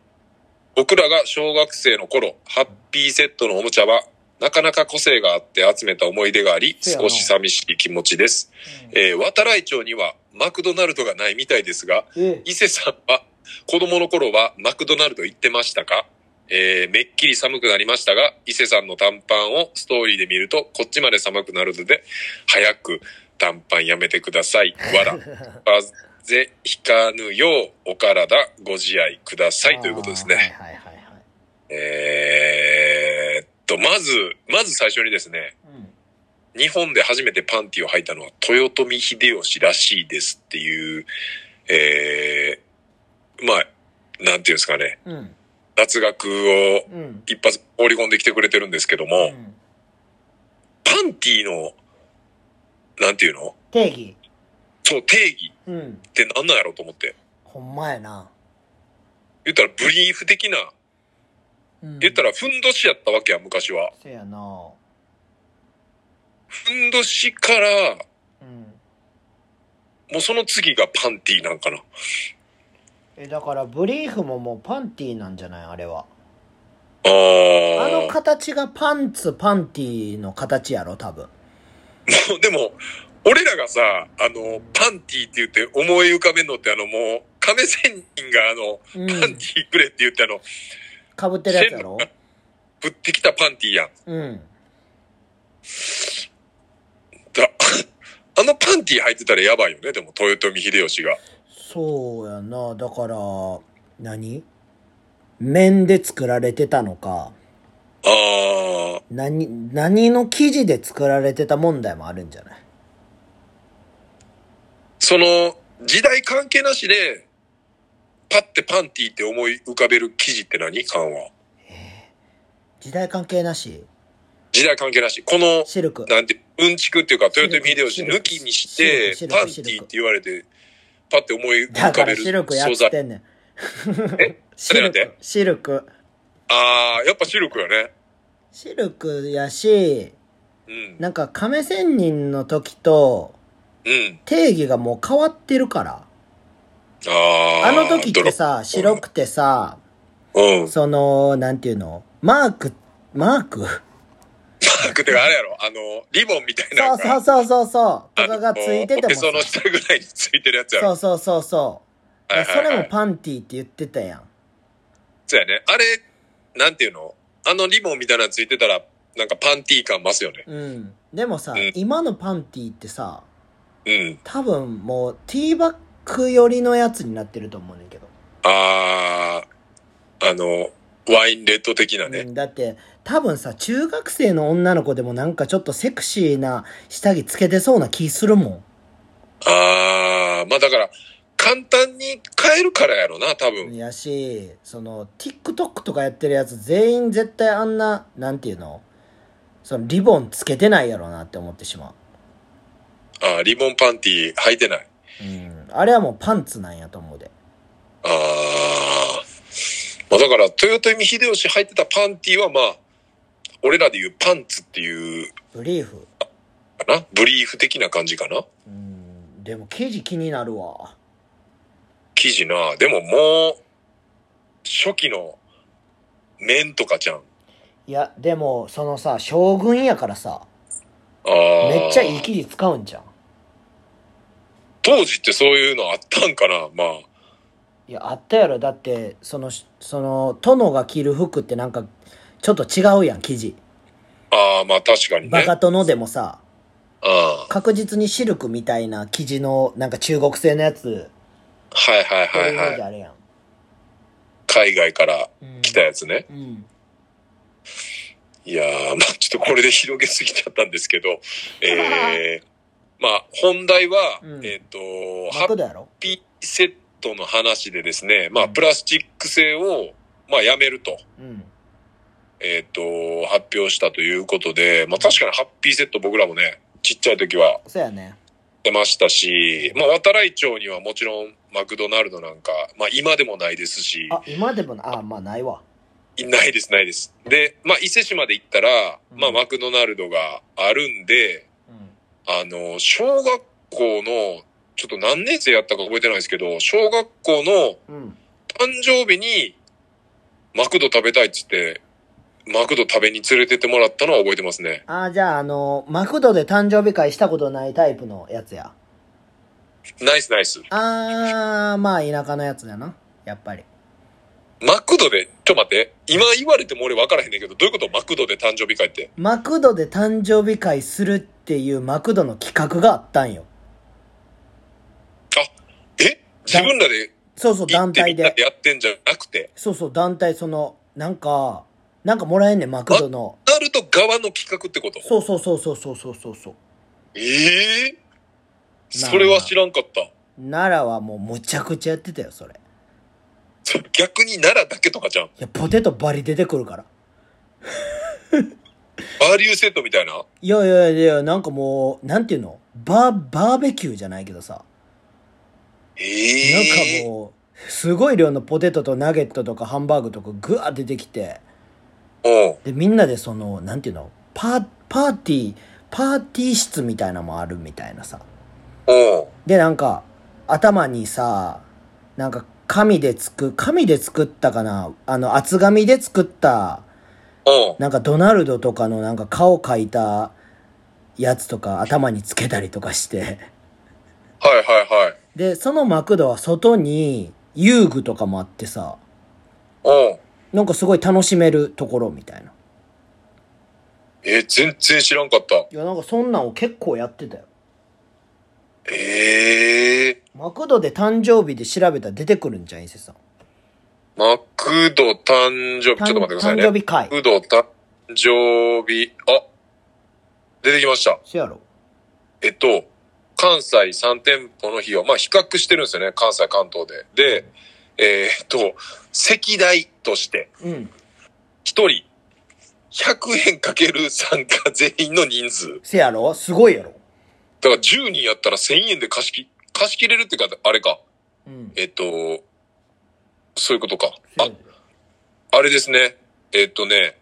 Speaker 2: 僕らが小学生の頃、ハッピーセットのおもちゃはなかなか個性があって集めた思い出があり、
Speaker 1: せやな
Speaker 2: 少し寂しい気持ちです。
Speaker 1: ー。うん
Speaker 2: えー渡来町にはマクドナルドがないみたいですが、
Speaker 1: え
Speaker 2: 伊勢さんは子供の頃はマクドナルド行ってましたかえーめっきり寒くなりましたが、伊勢さんの短パンをストーリーで見ると、こっちまで寒くなるので、早く短パンやめてください。わ ら。風邪ひかぬよう、お体ご自愛ください。ということですね。
Speaker 1: あーはいはいはいはい。
Speaker 2: えーっと、まず、まず最初にですね、
Speaker 1: うん。
Speaker 2: 日本で初めてパンティを履いたのは豊臣秀吉らしいですっていう、えー、まあ、なんていうんですかね、
Speaker 1: うん。
Speaker 2: 脱学を
Speaker 1: うん。
Speaker 2: 一発放り込んできてくれてるんですけども、
Speaker 1: うん
Speaker 2: パンティの、なんていうの
Speaker 1: 定義。
Speaker 2: そう、定義
Speaker 1: うん。
Speaker 2: って何なんやろうと思って。
Speaker 1: ほんまやな。
Speaker 2: 言ったらブリーフ的な、
Speaker 1: うん
Speaker 2: 言ったらふんどしやったわけや、昔は。
Speaker 1: せやな。
Speaker 2: ふんどしから、
Speaker 1: うん。
Speaker 2: もうその次がパンティなんかな。
Speaker 1: え、だからブリーフももうパンティーなんじゃないあれは。
Speaker 2: あ
Speaker 1: あの
Speaker 2: ー。
Speaker 1: 形がパンツ、パンティーの形やろ、多分。
Speaker 2: もう でも、俺らがさ、あの、パンティって言って思い浮かべんのってあのもう、亀仙人があの、
Speaker 1: う
Speaker 2: パン
Speaker 1: ん
Speaker 2: テ。ィくれって言ってあの、
Speaker 1: かぶってるやつやろ
Speaker 2: 降ってきたパンティやん。
Speaker 1: うん。
Speaker 2: だ あのパンティ履いてたらやばいよね、でも豊臣秀吉が。
Speaker 1: そうやな。だから、何面で作られてたのか、
Speaker 2: あー、
Speaker 1: 何、何の生地で作られてた問題もあるんじゃない
Speaker 2: その、時代関係なしで、パッてパンティって思い浮かべる記事って何感は。
Speaker 1: 時代関係なし
Speaker 2: 時代関係なし。この、
Speaker 1: シルク。
Speaker 2: なんて、うんちくっていうか、豊臣秀吉
Speaker 1: シルク
Speaker 2: 抜きにして
Speaker 1: シ、ルク
Speaker 2: パンティって言われて、パッて思い
Speaker 1: だ
Speaker 2: 浮
Speaker 1: か
Speaker 2: か
Speaker 1: ら
Speaker 2: べる
Speaker 1: シルクやっ
Speaker 2: 素
Speaker 1: つっ
Speaker 2: 材。
Speaker 1: てんねん。シ
Speaker 2: ちょ
Speaker 1: ル
Speaker 2: っと待っ
Speaker 1: ク、シルク。
Speaker 2: あー、やっぱシルクよね。
Speaker 1: シルクやし、
Speaker 2: うん。
Speaker 1: なんか亀仙人の時と
Speaker 2: うん。
Speaker 1: 定義がもう変わってるから。
Speaker 2: あー。
Speaker 1: あの時っ
Speaker 2: ド
Speaker 1: て
Speaker 2: ロ
Speaker 1: さ、白くてさ、
Speaker 2: うん。
Speaker 1: その、なんていうのマーク、マーク
Speaker 2: パークってかあれやろ、あの、リボンみたいな
Speaker 1: そ
Speaker 2: の
Speaker 1: う
Speaker 2: が。
Speaker 1: そうそうそうそう。
Speaker 2: あ
Speaker 1: と
Speaker 2: の
Speaker 1: かがついてて
Speaker 2: お
Speaker 1: も
Speaker 2: へ
Speaker 1: さ
Speaker 2: その下ぐらいについてるやつや
Speaker 1: そ
Speaker 2: ろ。
Speaker 1: うそうそうそう。
Speaker 2: はい
Speaker 1: そ
Speaker 2: はい
Speaker 1: れ
Speaker 2: は
Speaker 1: も
Speaker 2: い。
Speaker 1: パンティって言ってたやん。
Speaker 2: そうやね。あれ、なんていうのあのリボンみたいなのついてたら、なんかパンティー感増すよね。
Speaker 1: うん。でもさ、
Speaker 2: うん
Speaker 1: 今のパンティってさ、
Speaker 2: うん。
Speaker 1: 多分もうティーバック寄りのやつになってると思うねんけど。
Speaker 2: あー、あの、ワインレッド的な
Speaker 1: う
Speaker 2: ね。
Speaker 1: ん、だって多分さ中学生の女の子でもなんかちょっとセクシーな下着つけてそうな気するもん
Speaker 2: あー、まあだから、簡単に買えるからやろな、多分。
Speaker 1: やし、その、TikTok とかやってるやつ全員絶対あんな、なんていうのそのリボンつけてないやろうなって思ってしまう。
Speaker 2: ああ、リボンパンティ履いてない。
Speaker 1: うん。あれはもうパンツなんやと思うで。
Speaker 2: ああ。まあだから、豊臣秀吉履いてたパンティはまあ、俺らで言うパンツっていう、
Speaker 1: ブリーフ。
Speaker 2: かなブリーフ的な感じかな
Speaker 1: うん。でも生地気になるわ。
Speaker 2: 生地な。でももう、初期の面とかじゃん。
Speaker 1: いや、でも、そのさ、将軍やからさ、
Speaker 2: ああ。
Speaker 1: めっちゃいい生地使うんじゃん。
Speaker 2: 当時ってそういうのあったんかなまあ。
Speaker 1: いや、あったやろ。だって、その、その、殿が着る服ってなんか、ちょっと違うやん、生地。
Speaker 2: ああ、まあ確かに
Speaker 1: バ
Speaker 2: ね。
Speaker 1: カ殿でもさ、
Speaker 2: ああ。
Speaker 1: 確実にシルクみたいな生地の、なんか中国製のやつ、
Speaker 2: はいはい
Speaker 1: 着て
Speaker 2: は
Speaker 1: るイ
Speaker 2: い
Speaker 1: メ
Speaker 2: は
Speaker 1: ージ
Speaker 2: い。
Speaker 1: あるやん。
Speaker 2: 海外から
Speaker 1: うん
Speaker 2: 来たやつね。
Speaker 1: うん。
Speaker 2: いやー、まあちょっとこれで広げすぎちゃったんですけ ど、ええまあ本題は、
Speaker 1: うん
Speaker 2: えっ、と、ハ
Speaker 1: マク
Speaker 2: ッ
Speaker 1: ドやろ
Speaker 2: ピーセットの話でですね、ま
Speaker 1: う
Speaker 2: あ
Speaker 1: ん
Speaker 2: プラスチック製を、まあやめると。
Speaker 1: うん。
Speaker 2: えっ、と、発表したということで、まあ確かにハッピーセット僕らもね、ちっちゃい時は
Speaker 1: そうやね。
Speaker 2: 出ましたし、まあ渡来町にはもちろんマクドナルドなんか、まあ今でもないですし、
Speaker 1: あ、今でもな、あ、まあないわ。
Speaker 2: ないですないです。で、まあ伊勢市まで行ったら、
Speaker 1: うん
Speaker 2: まあマクドナルドがあるん
Speaker 1: う
Speaker 2: で、あの、小学校の、ちょっと何年生やったか覚えてないですけど、小学校の
Speaker 1: ん。うん。
Speaker 2: 誕生日にマクド食べたいっつって、マクド食べに連れてってもらったのは覚えてますね。
Speaker 1: あ、じゃあ、あの、マクドで誕生日会したことないタイプのやつや。
Speaker 2: ナイスナイス。
Speaker 1: あー、まあ田舎のやつやな。やっぱり。
Speaker 2: マクドで、ちょっと待って、今言われても俺分からへんねんけど、どういうことマクドで誕生日会って。
Speaker 1: マクドで誕生日会するっていうマクドの企画があったんよ。
Speaker 2: え自分らで
Speaker 1: そうそう、
Speaker 2: 行っ
Speaker 1: 団
Speaker 2: てみ
Speaker 1: 体
Speaker 2: んな
Speaker 1: で
Speaker 2: で。やってんじゃなくて、
Speaker 1: そうそう、団体、その、なんか、なんかもらえんねん、マクドの。
Speaker 2: なると側の企画ってこと
Speaker 1: そうそうそうそうそうそうそうそう。
Speaker 2: ええ
Speaker 1: まあ
Speaker 2: それは知らんかった。
Speaker 1: 奈良はもうむちゃくちゃやってたよ、それ。い
Speaker 2: それ逆に奈良だけとかじゃん。
Speaker 1: や、ポテトバリ出てくるから。
Speaker 2: バリューセットみたいな。はい
Speaker 1: やいやいや、なんかもう、なんていうのバー、バーベキューじゃないけどさ。なんか
Speaker 2: ええ
Speaker 1: もう、すごい量のポテトとナゲットとかハンバーグとかぐわー出てきて、
Speaker 2: もう。
Speaker 1: で、みんなでその、なんていうのパー、パーティー、パーティー室みたいなのもあるみたいなさ。
Speaker 2: おう
Speaker 1: で、なんか、頭にさ、なんか、紙でつく、紙で作ったかなあの、厚紙で作った、
Speaker 2: おう
Speaker 1: なんかドナルドとかのなんか顔描いたやつとか頭につけたりとかして。
Speaker 2: はいはいはい。
Speaker 1: で、そのマクドは外に遊具とかもあってさ、
Speaker 2: おう
Speaker 1: なんかすごい楽しめるところみたいな。
Speaker 2: えー全然知らんかった。
Speaker 1: いや、なんかそんなんを結構やってたよ。
Speaker 2: ええ
Speaker 1: マクドで誕生日で調べたら出てくるんじゃん、伊勢さん。
Speaker 2: マクド誕生日、ちょっと待ってくださいね。
Speaker 1: 誕生日会
Speaker 2: マ。クド誕生日、あ、出てきました。
Speaker 1: そやろ。
Speaker 2: えっと、関西3店舗の費用、まあ比較してるんですよね、関西、関東で。で、えーっと、席代として、
Speaker 1: うん。
Speaker 2: 1人、100円かける参加全員の人数。
Speaker 1: せやろすごいやろ。
Speaker 2: だから10人やったら1000円で貸し切、貸し切れるっていうか、あれか。
Speaker 1: うん。
Speaker 2: えっと、そういうことか。
Speaker 1: せや
Speaker 2: あ、あれですね。えっとね、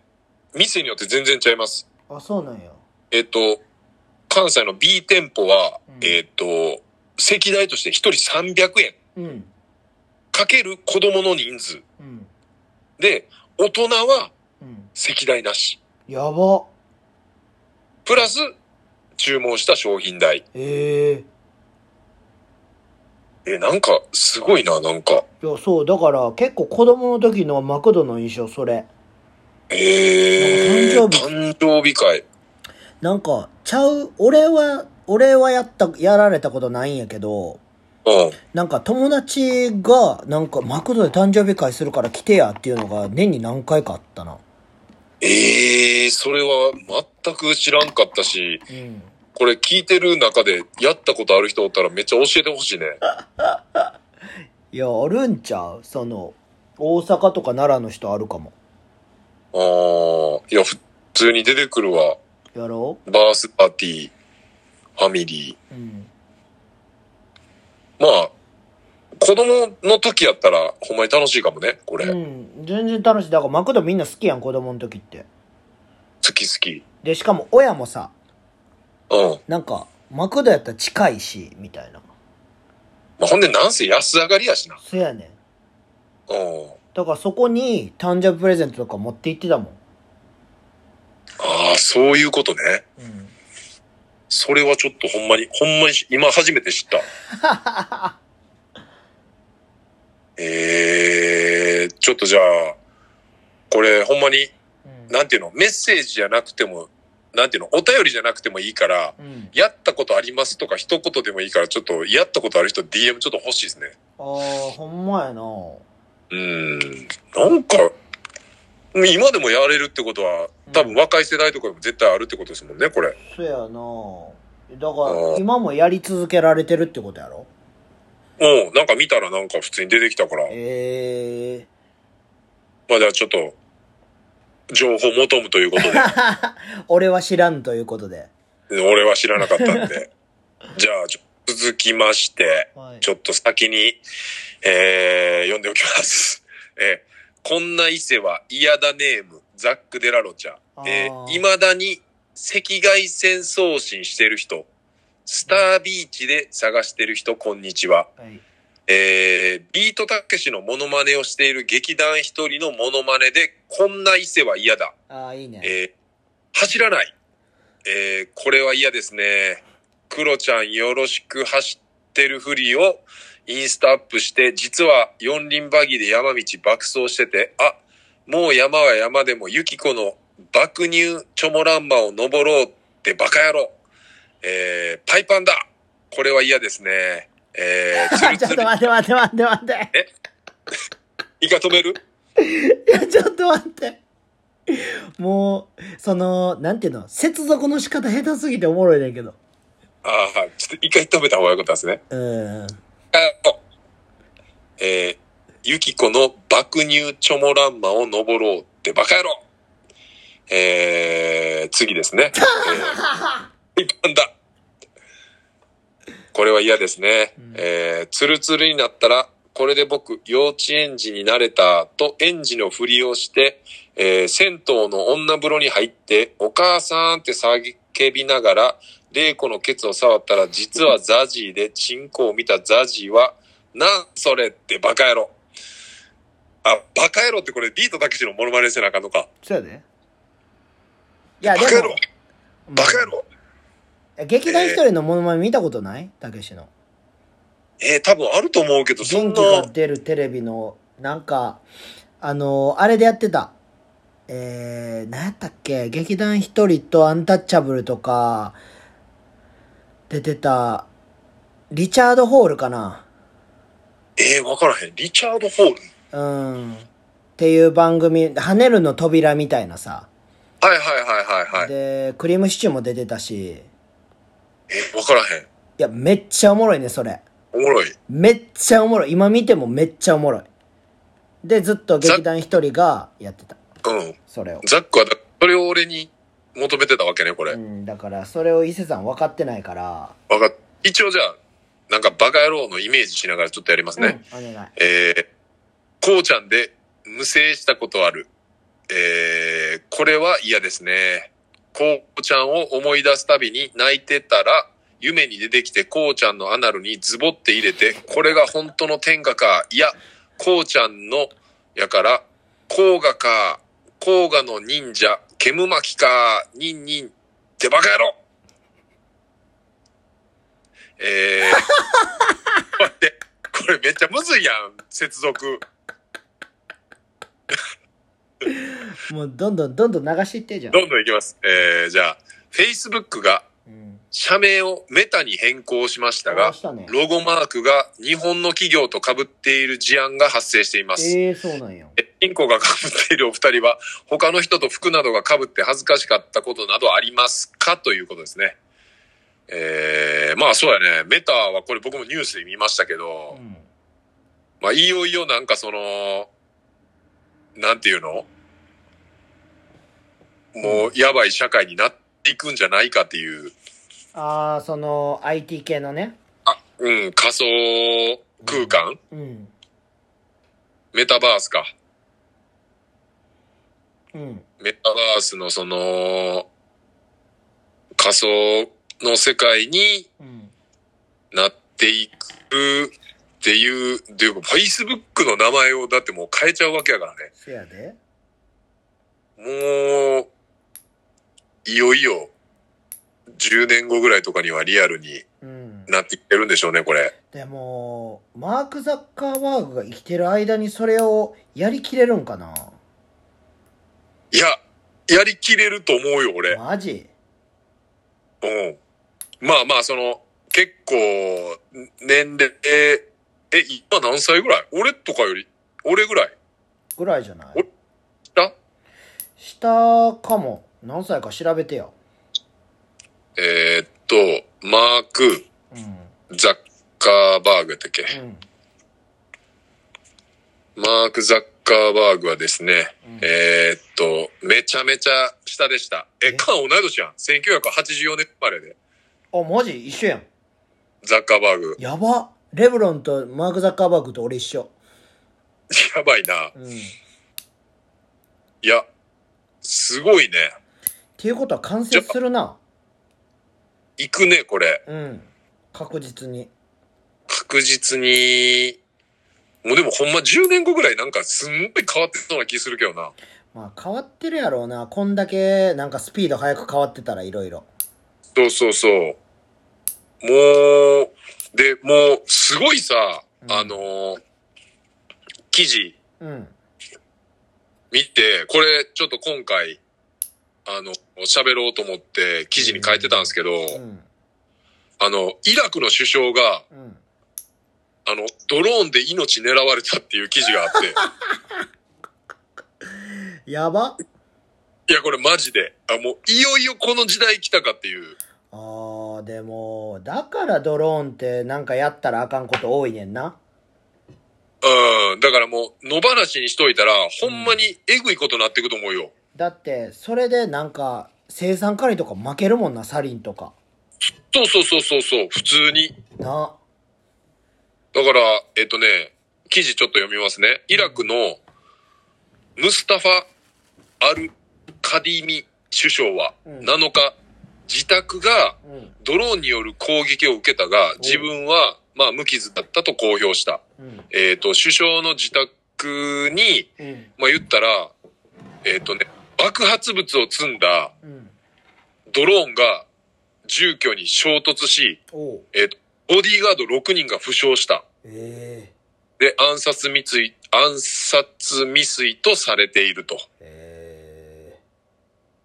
Speaker 2: 店によって全然ちゃいます。
Speaker 1: ろあ、そうなんや。
Speaker 2: えっと、関西の B 店舗は、
Speaker 1: うん
Speaker 2: えっと、席代として1人300円。
Speaker 1: うん。
Speaker 2: かける子供の人数。
Speaker 1: うん。
Speaker 2: で、大人は
Speaker 1: うん。
Speaker 2: 席代なし。
Speaker 1: やば。
Speaker 2: プラス、注文した商品代。
Speaker 1: ええ
Speaker 2: え、なんか、すごいな、なんか。
Speaker 1: いや、そう、だから結構子供の時のマクドの印象、それ。
Speaker 2: えー、
Speaker 1: なんか
Speaker 2: 誕生日会。
Speaker 1: なんか、ちゃう、俺は、俺はやった、やられたことないんやけど、
Speaker 2: うん。
Speaker 1: なんか友達が、なんかマクドで誕生日会するから来てやっていうのが年に何回かあったな。
Speaker 2: えー、それは全く知らんかったし、
Speaker 1: うん。
Speaker 2: これ聞いてる中でやったことある人おったらめっちゃ教えてほしいね。
Speaker 1: いや、あるんちゃうその、大阪とか奈良の人あるかも。
Speaker 2: あーいや、普通に出てくるわ。
Speaker 1: やろ
Speaker 2: バースパーティー、ファミリ
Speaker 1: ううん。
Speaker 2: ー。まあ、子供の時やったら、ほんまに楽しいかもね、これ。
Speaker 1: う
Speaker 2: 好
Speaker 1: ん。全然楽しい。だからマクドみんな好きやん、子供の時って。
Speaker 2: き好き。
Speaker 1: で、しかも親もさ、
Speaker 2: うん。
Speaker 1: なんか、マクドやったら近いし、みたいな。
Speaker 2: まあ、ほんで、なんせ安上がりやしな。
Speaker 1: そやねん。
Speaker 2: うん。
Speaker 1: だからそこに誕生日プレゼントとか持って行ってたもん。
Speaker 2: ああ、そういうことね。
Speaker 1: うん。
Speaker 2: それはちょっとほんまに、ほんまにし今初めて知った。ええー、ちょっとじゃあ、これほんまに、
Speaker 1: うん。
Speaker 2: なんていうの、メッセージじゃなくても、なんていうの、お便りじゃなくてもいいから、
Speaker 1: うん。
Speaker 2: やったことありますとか一言でもいいから、ちょっとやったことある人 DM ちょっと欲しいですね。
Speaker 1: ああ、ほんまやな。
Speaker 2: うーん。なんか、今でもやれるってことは、多分若い世代とかでも絶対あるってことですもんね、これ。
Speaker 1: そやな。だから、今もやり続けられてるってことやろ
Speaker 2: もうん、なんか見たらなんか普通に出てきたから。
Speaker 1: ええ
Speaker 2: まあじゃあちょっと、情報求むということ
Speaker 1: ー。俺は知らんということで。
Speaker 2: で、俺は知らなかった んで。じゃあ、ちょ続きまして、
Speaker 1: はい
Speaker 2: ちょっと先に、えー、読んでおきます。えーこんな伊勢は嫌だネーム、ザック・デラロちゃ
Speaker 1: あ
Speaker 2: ん。
Speaker 1: ー
Speaker 2: えー、未だに赤外線送信してる人、スタービーチで探してる人、こんにちは。
Speaker 1: はい。
Speaker 2: えー、ビートたけしのモノマネをしている劇団一人のモノマネで、こんな伊勢は嫌だ。
Speaker 1: ああ、いいね。
Speaker 2: えー走らない。えーこれは嫌ですね。クロちゃんよろしく走ってるふりをインスタアップして、実は四輪バギーで山道爆走してて、あ、もう山は山でもユキコの爆乳チョモランマを登ろうってバカ野郎。えーパイパンだ。これは嫌ですね。えー、つ
Speaker 1: あ
Speaker 2: る
Speaker 1: ちょっ
Speaker 2: つ
Speaker 1: と
Speaker 2: る。
Speaker 1: 待って待って待って待って。
Speaker 2: イカ止める
Speaker 1: いや、ちょっと待って。もう、その、なんていうの、接続の仕方下手すぎておもろいねんけど。
Speaker 2: ああ、ちょっと一回止めた方がよかったですね。
Speaker 1: うん。
Speaker 2: あおえー、ゆきこの爆乳チョモランマを登ろうってバカ野郎えー、次です ね。えー、一般だ。これは嫌ですね。
Speaker 1: うん
Speaker 2: えー、ツルツルになったら、これで僕、幼稚園児になれた、と園児のふりをして、えー、銭湯の女風呂に入って、お母さんって叫びながら、玲子のケツを触ったら、実はザジーで、チンコを見たザジーは、なんそれってバカ野郎。あ、バカ野郎ってこれビートたけしのモノマネせなあかんのか。
Speaker 1: そうやで。いや、
Speaker 2: バ
Speaker 1: で
Speaker 2: カ野
Speaker 1: も
Speaker 2: 郎、バカ野郎
Speaker 1: 劇団一人のモノマネ見たことないたけしの。
Speaker 2: えー、多分あると思うけど、そん
Speaker 1: 元
Speaker 2: な
Speaker 1: 気、が出るテレビの、なんか、あの、あれでやってた。えー、何やったっけ劇団一人とアンタッチャブルとか、出てた、リチャード・ホールかな。
Speaker 2: えー、わからへん。リチャード・ホール。
Speaker 1: うん。っていう番組、跳ねるの扉みたいなさ。
Speaker 2: はいはいはいはいはい。
Speaker 1: で、クリームシチューも出てたし、い
Speaker 2: えー、わからへん。
Speaker 1: や、めっちゃおもろいね、それ。
Speaker 2: おもろい。
Speaker 1: めっちゃおもろい。今見てもめっちゃおもろい。で、ずっと劇団一人がやってた。
Speaker 2: うん。
Speaker 1: それを。
Speaker 2: ザックはだ、それを俺に求めてたわけね、これ。
Speaker 1: うん、だから、それを伊勢さん分かってないから、
Speaker 2: わかっ一応じゃあ、なんかバカ野郎のイメージしながらちょっとやりますね。
Speaker 1: うん、お願い。
Speaker 2: えー、こうちゃんで無制したことある。えー、これは嫌ですね。こうちゃんを思い出すたびに泣いてたら、夢に出てきてこうちゃんのアナルにズボって入れて、これが本当の天下か。いや、こうちゃんの、やから、こうがか。こうがの忍者、煙巻きか。ニンニンってバカ野郎えー、待って、これめっちゃむずいやん、接続。
Speaker 1: もう、どんどんどんどん流していってじゃん。
Speaker 2: どんどんいきます。えー、じゃあ、Facebook が
Speaker 1: うん。
Speaker 2: 社名をメタに変更しました
Speaker 1: 流
Speaker 2: が
Speaker 1: し、たね。
Speaker 2: ロゴマークが日本の企業と被っている事案が発生しています。
Speaker 1: ええー、そうなんや。
Speaker 2: インコが被っているお二人は、他の人と服などが被って恥ずかしかったことなどありますかということですね。えー、まあそうやね。メタはこれ僕もニュースで見ましたけど、
Speaker 1: うん。
Speaker 2: まあ、いよいよなんかその、なんていうのもう、やばい社会になっていくんじゃないかっていう、
Speaker 1: ああ、その IT 系のね。
Speaker 2: あ、うん、仮想空間
Speaker 1: うん。
Speaker 2: メタバースか。
Speaker 1: うん。
Speaker 2: メタバースのその、仮想の世界に
Speaker 1: うん。
Speaker 2: なっていくっていう、でも Facebook の名前をだってもう変えちゃうわけやからね。
Speaker 1: せやで。
Speaker 2: もう、いよいよ、10年後ぐらいとかにはリアルに
Speaker 1: うん。
Speaker 2: なっていってるんでしょうね、これ。
Speaker 1: でも、マーク・ザッカーバーグが生きてる間にそれをやりきれるんかない
Speaker 2: や、やりきれると思うよ、俺。
Speaker 1: マジ
Speaker 2: うん。まあまあ、その、結構、年齢、え、今何歳ぐらい俺とかより、俺ぐらい
Speaker 1: ぐらいじゃない
Speaker 2: おだ
Speaker 1: 下かも。何歳か調べてよ。
Speaker 2: えーっと、マーク、
Speaker 1: うん。
Speaker 2: ザッカーバーグやったっけ
Speaker 1: うん。
Speaker 2: マーク・ザッカーバーグはですね、
Speaker 1: うん
Speaker 2: えーっと、めちゃめちゃ下でした。え、
Speaker 1: え
Speaker 2: カン同い年やん。1984年生まれで、
Speaker 1: あ、マジ一緒やん。
Speaker 2: ザッカーバーグ。
Speaker 1: やば。レブロンとマーク・ザッカーバーグと俺一緒。
Speaker 2: やばいな。
Speaker 1: うん。っ
Speaker 2: いや、すごいね。
Speaker 1: ていうことは完成するな。
Speaker 2: 行くね、これ。
Speaker 1: うん。確実に。
Speaker 2: 確実に。もうでもほんま10年後ぐらいなんかすんごい変わってそうな気するけどな。
Speaker 1: まあ変わってるやろうな。こんだけなんかスピード速く変わってたらいろいろ。
Speaker 2: そうそうそう。もう、で、もう、すごいさ、
Speaker 1: うん
Speaker 2: あの、記事、
Speaker 1: うん。
Speaker 2: 見て、これちょっと今回、あの、喋ろうと思って記事に書いてたんですけど、
Speaker 1: うん。
Speaker 2: あの、イラクの首相が、
Speaker 1: うん。
Speaker 2: あの、ドローンで命狙われたっていう記事があっ
Speaker 1: やば。
Speaker 2: て、いや、これマジで、あ、もう、いよいよこの時代来たかっていう。
Speaker 1: あー、でも、だからドローンってなんかやったらあかんこと多いねんな。
Speaker 2: うん、だからもう、野放しにしといたら、ほんまにえぐいことになっていくと思うよ。
Speaker 1: だって、それでなんか、生産カリとか負けるもんな、サリンとか。
Speaker 2: そうそうそうそうそう、普通に。
Speaker 1: な。
Speaker 2: だから、えっとね、記事ちょっと読みますね。イラクのムスタファ・アル・カディミ首相は
Speaker 1: うん
Speaker 2: 7日、自宅が
Speaker 1: うん。
Speaker 2: ドローンによる攻撃を受けたが、自分は、まあ、無傷だったと公表した。
Speaker 1: うん。
Speaker 2: えっ、と、首相の自宅に、
Speaker 1: うん。
Speaker 2: まあ、言ったら、えっ、とね、爆発物を積んだ
Speaker 1: うん。
Speaker 2: ドローンが住居に衝突し、
Speaker 1: おう。
Speaker 2: えっ、と、ボディーガード6人が負傷した。
Speaker 1: え
Speaker 2: で、暗殺未遂、暗殺未遂とされていると。
Speaker 1: ええ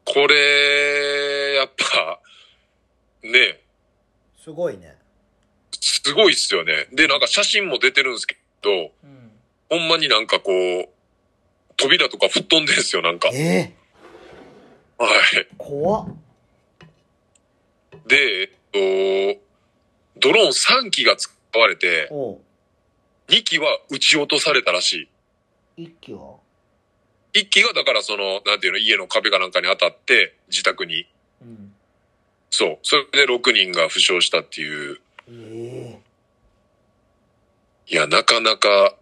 Speaker 2: これ、やっぱ、ね、
Speaker 1: ー、すごいね。
Speaker 2: すごいっすよね。で、なんか写真も出てるんですけど、
Speaker 1: うん。
Speaker 2: ほんまになんかこう、扉とか吹っ飛んでんすよ、なんか。はい。
Speaker 1: ええー、怖っ。
Speaker 2: で、えっと、ドローン3機が使われて、
Speaker 1: おう。
Speaker 2: 2機は撃ち落とされたらし。
Speaker 1: 一気はい
Speaker 2: 1機がだからその、なんていうの、家の壁かなんかに当たって、自宅に。
Speaker 1: うん。
Speaker 2: そう。それで6人が負傷したっていう。
Speaker 1: え
Speaker 2: いや、なかなか、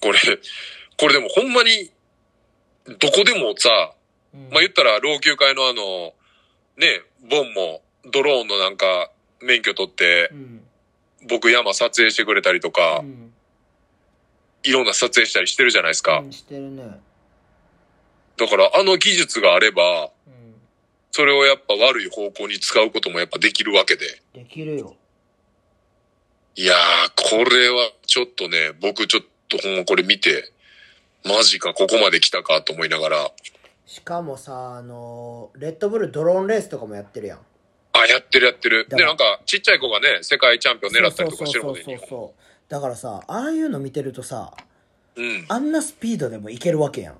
Speaker 2: これ、これでもほんまに、どこでもさ、
Speaker 1: え
Speaker 2: まあ、言ったら老朽会のあの、ね、ボンもドローンのなんか免許取って
Speaker 1: う、ん。
Speaker 2: 僕山撮影してくれたりとか
Speaker 1: う、ん。
Speaker 2: いろんな撮影したりしてるじゃないですか
Speaker 1: う。んしてるね。
Speaker 2: だからあの技術があれば、
Speaker 1: うん。
Speaker 2: それをやっぱ悪い方向に使うこともやっぱできるわけで。
Speaker 1: できるよ。
Speaker 2: いやー、これはちょっとね、僕ちょっとほんまこれ見て、マジか、ここまで来たかと思いながら、
Speaker 1: しかもさ、あのー、レッドブルドローンレースとかもやってるやん。
Speaker 2: あ、やってるやってる。
Speaker 1: だ
Speaker 2: で、
Speaker 1: から
Speaker 2: なんか、ちっちゃい子がね、世界チャンピオン狙ったりとかしてるもんね。
Speaker 1: そうそうそうそうそう。だからさ、ああいうの見てるとさ、
Speaker 2: うん。
Speaker 1: あんなスピードでもいけるわけやん。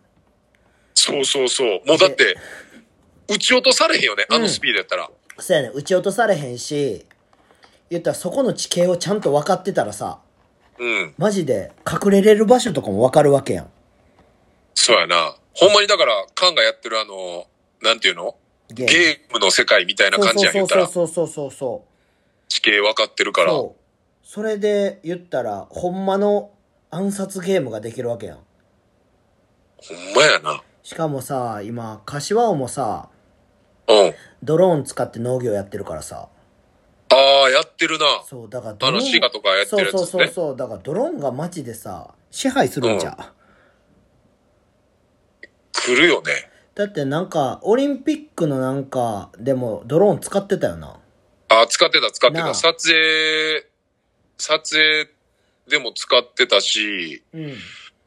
Speaker 2: そうそうそう。もうだって、撃ち落とされへんよね、あ
Speaker 1: う
Speaker 2: の
Speaker 1: ん
Speaker 2: スピードやったら。
Speaker 1: そうやねん、撃ち落とされへんし、言ったらそこの地形をちゃんと分かってたらさ、
Speaker 2: うん。
Speaker 1: マジで隠れれる場所とかもわかるわけやん。
Speaker 2: そうやな。ほんまにだから、カンがやってるあの、なんていうの
Speaker 1: ゲ
Speaker 2: ゲームの世界みたいな感じやん言ったら、
Speaker 1: そうそうそうそうそうそう。
Speaker 2: 地形分かってるから。
Speaker 1: そう。それで言ったら、ほんまの暗殺ゲームができるわけやん。
Speaker 2: ほんまやな。
Speaker 1: しかもさ、今、柏尾もさ、
Speaker 2: うん。
Speaker 1: ドローン使って農業やってるからさ。
Speaker 2: ああ、やってるな。
Speaker 1: そう、だからド
Speaker 2: あ
Speaker 1: ロー
Speaker 2: の、
Speaker 1: ン。
Speaker 2: シガとかやって
Speaker 1: そう
Speaker 2: るやつ
Speaker 1: そ
Speaker 2: で
Speaker 1: う
Speaker 2: す
Speaker 1: そう
Speaker 2: ね。
Speaker 1: そう。だからドローンが街でさ、支配するんじゃん。
Speaker 2: 来るよね。
Speaker 1: だってなんか、オリンピックのなんか、でもドローン使ってたよな。
Speaker 2: あー、使ってた、使って
Speaker 1: なあ
Speaker 2: た。撮影、撮影でも使ってたし、
Speaker 1: うん。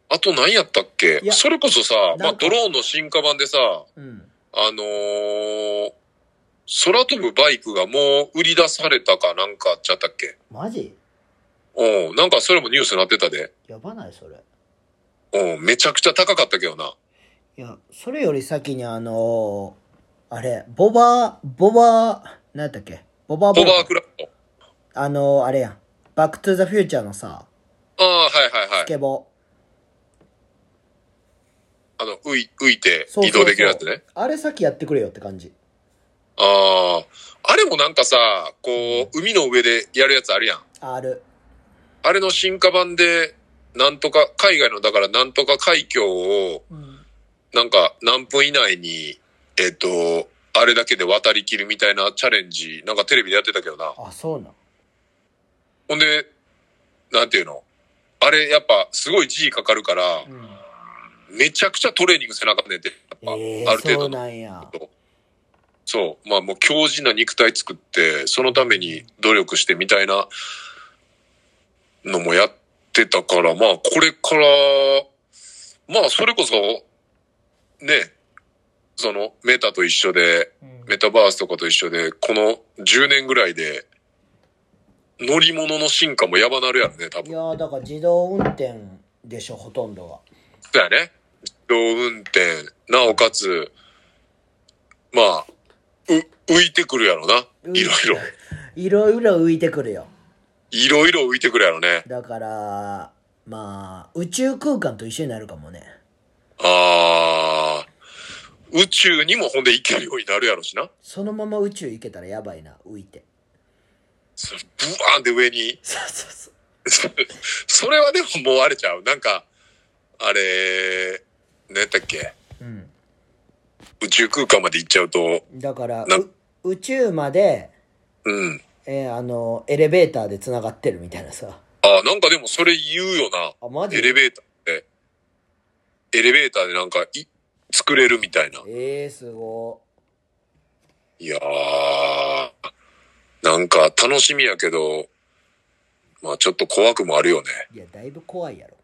Speaker 2: あと何やったっけ
Speaker 1: いや
Speaker 2: それこそさ、ま
Speaker 1: な
Speaker 2: あ、
Speaker 1: んか
Speaker 2: ドローンの進化版でさ、
Speaker 1: うん。
Speaker 2: あのー空飛ぶバイクがもう売り出されたかなんかあっちゃったっけ
Speaker 1: マジ
Speaker 2: うん、なんかそれもニュースになってたで。
Speaker 1: やばないそれ。
Speaker 2: うん、めちゃくちゃ高かったけどな。
Speaker 1: いや、それより先にあのーあれ、ボバー、ボバー、何やったっけボバー
Speaker 2: ホ
Speaker 1: ボ
Speaker 2: バー
Speaker 1: ート
Speaker 2: クラフト。
Speaker 1: あのーあれやん。バックトゥーザフューチャーのさ、
Speaker 2: ああ、はいはいは
Speaker 1: ス
Speaker 2: い。
Speaker 1: ケボ
Speaker 2: あの、浮い浮いて
Speaker 1: ー。そうそうそう
Speaker 2: 移動できるやつね。。
Speaker 1: あれ先やってくれよって感じ。
Speaker 2: ああ、あれもなんかさ、こう、海の上でやるやつあるやん。
Speaker 1: ある。
Speaker 2: あれの進化版で、なんとか、海外の、だからなんとか海峡を、
Speaker 1: うん。
Speaker 2: なんか何分以内に、えっと、あれだけで渡りきるみたいなチャレンジ、なんかテレビでやってたけどな。
Speaker 1: あ、そうなん。
Speaker 2: ほんで、なんていうのあれやっぱすごい G かかるから、
Speaker 1: うん。
Speaker 2: めちゃくちゃトレーニングせなあかんねんて。やっぱ
Speaker 1: ええ
Speaker 2: ある
Speaker 1: そ
Speaker 2: 程
Speaker 1: う
Speaker 2: 度の。
Speaker 1: なんや。
Speaker 2: そう。まあもう強靭な肉体作って、そのために努力してみたいなのもやってたから、まあこれから、まあそれこそ、ね、そのメタと一緒で、メタバースとかと一緒で、この10年ぐらいで、乗り物の進化もやばなるやろね、多
Speaker 1: い
Speaker 2: 分。
Speaker 1: やーだから自動運転でしょ、ほとんどが。
Speaker 2: だよね。自動運転、なおかつ、まあ、う、浮いてくるやろな。
Speaker 1: 浮いて
Speaker 2: いろいろ。
Speaker 1: いろいろ浮いてくるよ。
Speaker 2: いろいろ浮いてくるやろね。
Speaker 1: だから、まあ、宇宙空間と一緒になるかもね。
Speaker 2: あー、宇宙にもほんで行けるようになるやろしな。
Speaker 1: そのまま宇宙行けたらやばいな、浮いて。
Speaker 2: そブワーンで上に。
Speaker 1: そうそうそう。
Speaker 2: そそれはでももうあれちゃう。なんか、あれ、何やったっけ
Speaker 1: うん。
Speaker 2: 宇宙空間まで行っちゃうと、
Speaker 1: だから、
Speaker 2: な
Speaker 1: う宇宙まで、
Speaker 2: うん。
Speaker 1: えーあの、エレベーターで繋がってるみたいなさ。
Speaker 2: あー、なんかでもそれ言うよな。
Speaker 1: あ、マジ
Speaker 2: エレベーターって、エレベーターでなんかい、作れるみたいな。
Speaker 1: ええー、すご
Speaker 2: いやー、なんか楽しみやけど、まあちょっと怖くもあるよね。
Speaker 1: い。いや、だいぶ怖いやろ。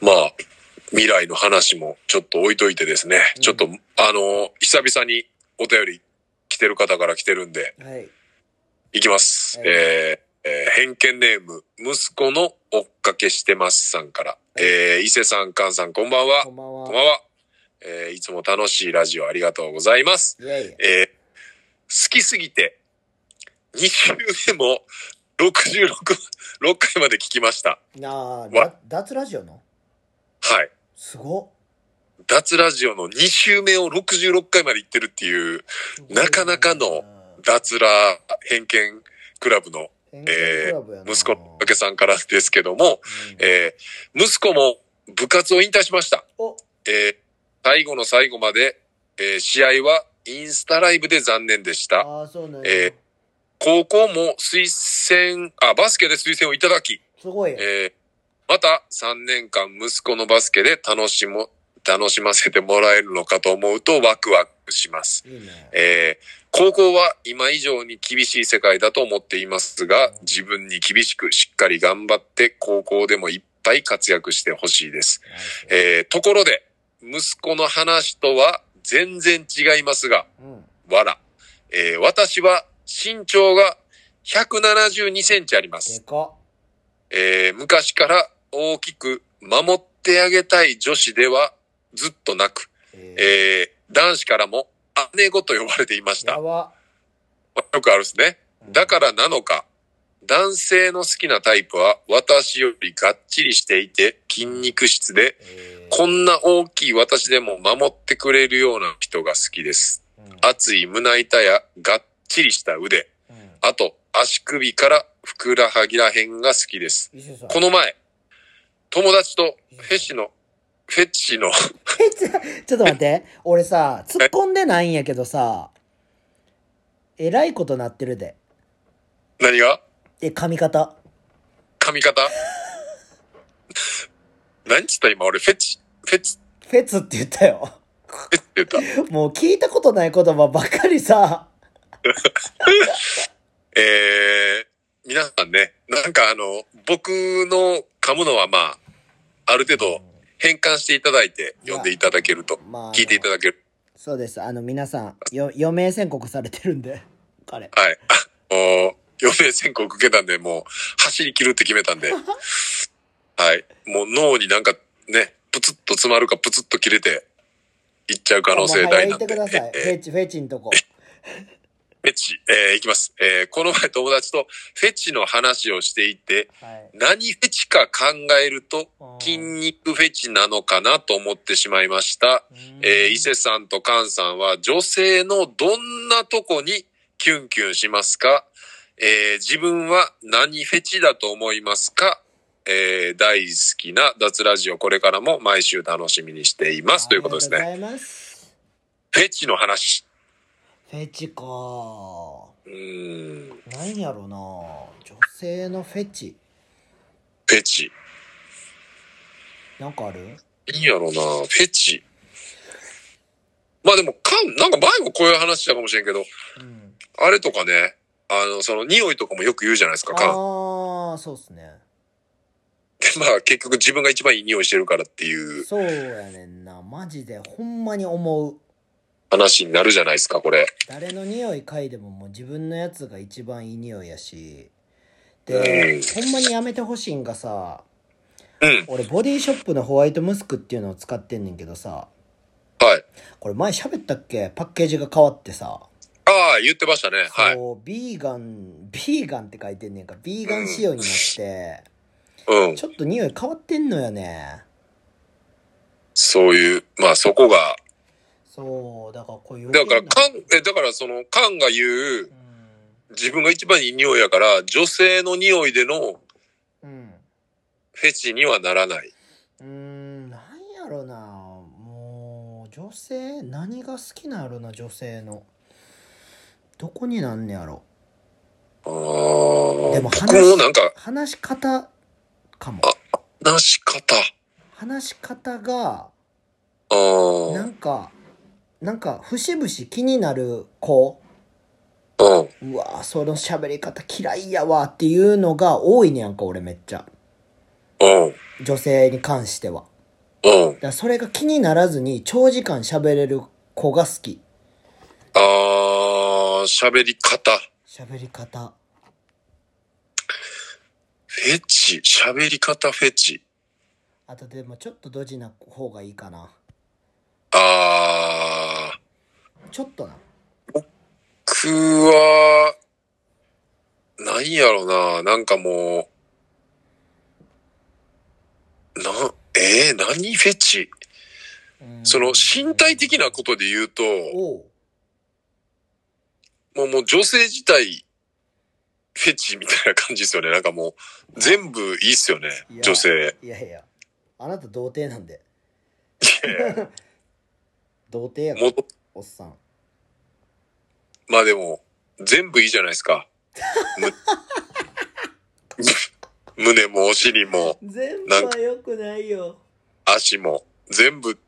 Speaker 2: まあ、未来の話もちょっと置いといてですね。
Speaker 1: うん
Speaker 2: ちょっと、あの、久々にお便り来てる方から来てるんで、
Speaker 1: はい。
Speaker 2: いきます。
Speaker 1: はい
Speaker 2: えーえー偏見ネーム、息子の追っかけしてますさんから。えー伊勢さん、菅さん、こんばんは
Speaker 1: こ。んばん
Speaker 2: こんば
Speaker 1: は。
Speaker 2: んは。えーいつも楽しいラジオありがとうございます。
Speaker 1: いやいや。
Speaker 2: えー好きすぎて、2週目も66、6回まで聞きました。
Speaker 1: なあ、
Speaker 2: わ
Speaker 1: だ脱ラジオの
Speaker 2: はい。
Speaker 1: すご
Speaker 2: 脱ラジオの2週目を66回まで行ってるっていう、
Speaker 1: っ
Speaker 2: なかなかの脱ラ偏見クラブのえ
Speaker 1: ー
Speaker 2: 息子のおかけさんからですけども、
Speaker 1: え
Speaker 2: えー息子も部活を引退しました。
Speaker 1: お
Speaker 2: えー最後の最後まで、えー試合はインスタライブで残念でした。
Speaker 1: ああ、そうなんや
Speaker 2: えー高校も推薦、あ、バスケで推薦をいただき、
Speaker 1: すごいよ。
Speaker 2: えーまた3年間息子のバスケで楽しも、楽しませてもらえるのかと思うとワクワクします。
Speaker 1: いいね。
Speaker 2: えー高校は今以上に厳しい世界だと思っていますが、自分に厳しくしっかり頑張って高校でもいっぱい活躍してほしいです。
Speaker 1: ナイス
Speaker 2: えーところで、息子の話とは全然違いますが、
Speaker 1: うん。
Speaker 2: わら。えー私は身長が172センチありま。
Speaker 1: ですかっ。
Speaker 2: えー昔から大きく守ってあげたい女子ではずっとなく、
Speaker 1: え
Speaker 2: えー男子からも姉子と呼ばれていまし
Speaker 1: ー、
Speaker 2: た。
Speaker 1: やば。
Speaker 2: よくあるですね。だからなのか、男性の好きなタイプは、私よりがっちりしていて、筋肉質で、
Speaker 1: えー
Speaker 2: こんな大きい私でも守ってくれるような人が好きです。
Speaker 1: うん
Speaker 2: 熱い胸板やがっちりした腕、
Speaker 1: うん
Speaker 2: あと足首からふくらはぎら辺が好きです。
Speaker 1: 石井さん
Speaker 2: この前、友達とフェチの、フェチの、
Speaker 1: ちょっと待って。俺さ、突っ込んでないんやけどさ、えらいことなってるで。
Speaker 2: 何が
Speaker 1: え、髪型。
Speaker 2: 髪型 何つった今俺フェチ、フェチ、
Speaker 1: フェツって言ったよ。
Speaker 2: フェチって言った。
Speaker 1: もう聞いたことない言葉ばっかりさ。
Speaker 2: えー、皆さんね、なんかあの、僕の噛むのはまあ、ある程度変換していただいて、読んでいただけると、
Speaker 1: まあ
Speaker 2: 聞いていただける。
Speaker 1: そうです。あの、皆さん、よ余命宣告されてるんで。彼。
Speaker 2: はい。あもう、余命宣告受けたんで、もう、走り切るって決 めたんで、はい。もう脳になんかね、プツッと詰まるか、プツッと切れて、いっちゃう可能性大
Speaker 1: もうん早い言
Speaker 2: なで。
Speaker 1: ってください。
Speaker 2: えー
Speaker 1: フェチ、フェチんとこ。
Speaker 2: フェチ、えーいきます。えーこの前友達とフェチの話をしていて、
Speaker 1: はい。
Speaker 2: 何フェチか考えると
Speaker 1: うん
Speaker 2: 筋肉フェチなのかなと思ってしまいました。えー伊勢さんと菅さんは女性のどんなとこにキュンキュンしますか、えー自分は何フェチだと思いますかえー大好きな脱ラジオこれからも毎週楽しみにしていますということです
Speaker 1: あり
Speaker 2: ね。
Speaker 1: がとうございます。
Speaker 2: フェチの話。
Speaker 1: フェチか
Speaker 2: うーん、
Speaker 1: なんやろな女性のフェチ。
Speaker 2: フェチ。
Speaker 1: なんかある
Speaker 2: いいやろなフェチ。まあでも、かん、なんか前もこういう話したかもしれんけど、
Speaker 1: うん。
Speaker 2: あれとかね、あの、その匂いとかもよく言うじゃないですか、かん。
Speaker 1: ああ、そうっすね。
Speaker 2: でまあ結局自分が一番いい匂いしてるからっていう
Speaker 1: そうやねんな。マジで、ほんまに思う。
Speaker 2: 話になるじゃないですか、これ。
Speaker 1: 誰の匂い嗅いでももう自分のやつが一番いい匂いやし。
Speaker 2: う
Speaker 1: で
Speaker 2: ん、
Speaker 1: ほんまにやめてほしいんがさ、
Speaker 2: うん。
Speaker 1: 俺ボディショップのホワイトムスクっていうのを使ってんねんけどさ、
Speaker 2: はい。
Speaker 1: これ前喋ったっけパッケージが変わってさ、
Speaker 2: ああ、言ってましたね。はい。
Speaker 1: そう、ビーガン、ビーガンって書いてんねんか、ビーガン仕様になって、
Speaker 2: うん。
Speaker 1: ちょっと匂い変わってんのよね。
Speaker 2: そういう、まあそこが、
Speaker 1: そう、だからこういう。
Speaker 2: だから、かん、え、だからその、かんが言う、
Speaker 1: う
Speaker 2: 自分が一番いい匂いやから、女性の匂いでの
Speaker 1: ん。うん。
Speaker 2: フェチにはならない。
Speaker 1: うーん、なんやろな。もう、女性、何が好きなんやろな、女性の。どこになんねやろ。
Speaker 2: ああ。
Speaker 1: でも
Speaker 2: 僕
Speaker 1: 話
Speaker 2: もなんか、
Speaker 1: 話し方かも。
Speaker 2: 話し方。
Speaker 1: 話し方が、
Speaker 2: ああ。
Speaker 1: なんか、なんか、節々気になる子。
Speaker 2: うん。
Speaker 1: うわーその喋り方嫌いやわっていうのが多いねやんか、俺めっちゃ。
Speaker 2: うん。
Speaker 1: 女性に関しては。
Speaker 2: うん
Speaker 1: だ。からそれが気にならずに長時間喋れる子が好き。
Speaker 2: あー、喋り方。
Speaker 1: 喋り方。
Speaker 2: フェチ。喋り方フェチ。
Speaker 1: あとでもちょっとドジな方がいいかな。
Speaker 2: あー、
Speaker 1: ちょっとな。
Speaker 2: 僕は、なんやろな。なんかもう、な、えー、何フェチ
Speaker 1: うん
Speaker 2: その身体的なことで言うと、
Speaker 1: おう
Speaker 2: もうもう女性自体、フェチみたいな感じですよね。なんかもう、全部いいっすよね
Speaker 1: いや。
Speaker 2: 女性。
Speaker 1: いやいや。あなた童貞なんで。 童貞やか
Speaker 2: も
Speaker 1: ら
Speaker 2: う、
Speaker 1: おっさん。
Speaker 2: まあでも、全部いいじゃないですか。む 胸もお尻も
Speaker 1: 全
Speaker 2: 部は
Speaker 1: 良くないよ。
Speaker 2: 足も、全部、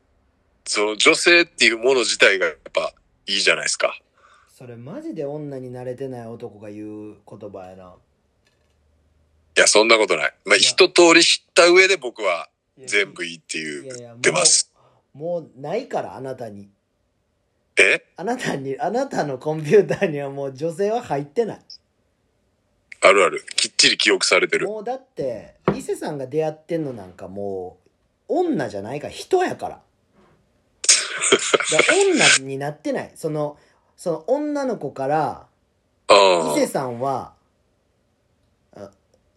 Speaker 2: その女性っていうもの自体がやっぱいいじゃないですか。
Speaker 1: それマジで女に慣れてない男が言う言葉やな。
Speaker 2: いや、そんなことない。まあ
Speaker 1: いや
Speaker 2: 一通り知った上で僕は全部いいっていう。
Speaker 1: やいやもう
Speaker 2: 出ます
Speaker 1: もうないからあなたに
Speaker 2: え
Speaker 1: あなたにあなたのコンピューターにはもう女性は入ってない
Speaker 2: あるある。きっちり記憶されてる。
Speaker 1: もうだって伊勢さんが出会ってんのなんかもう女じゃないから人やからだから女になってないそのその女の子から
Speaker 2: あ
Speaker 1: 伊勢さんは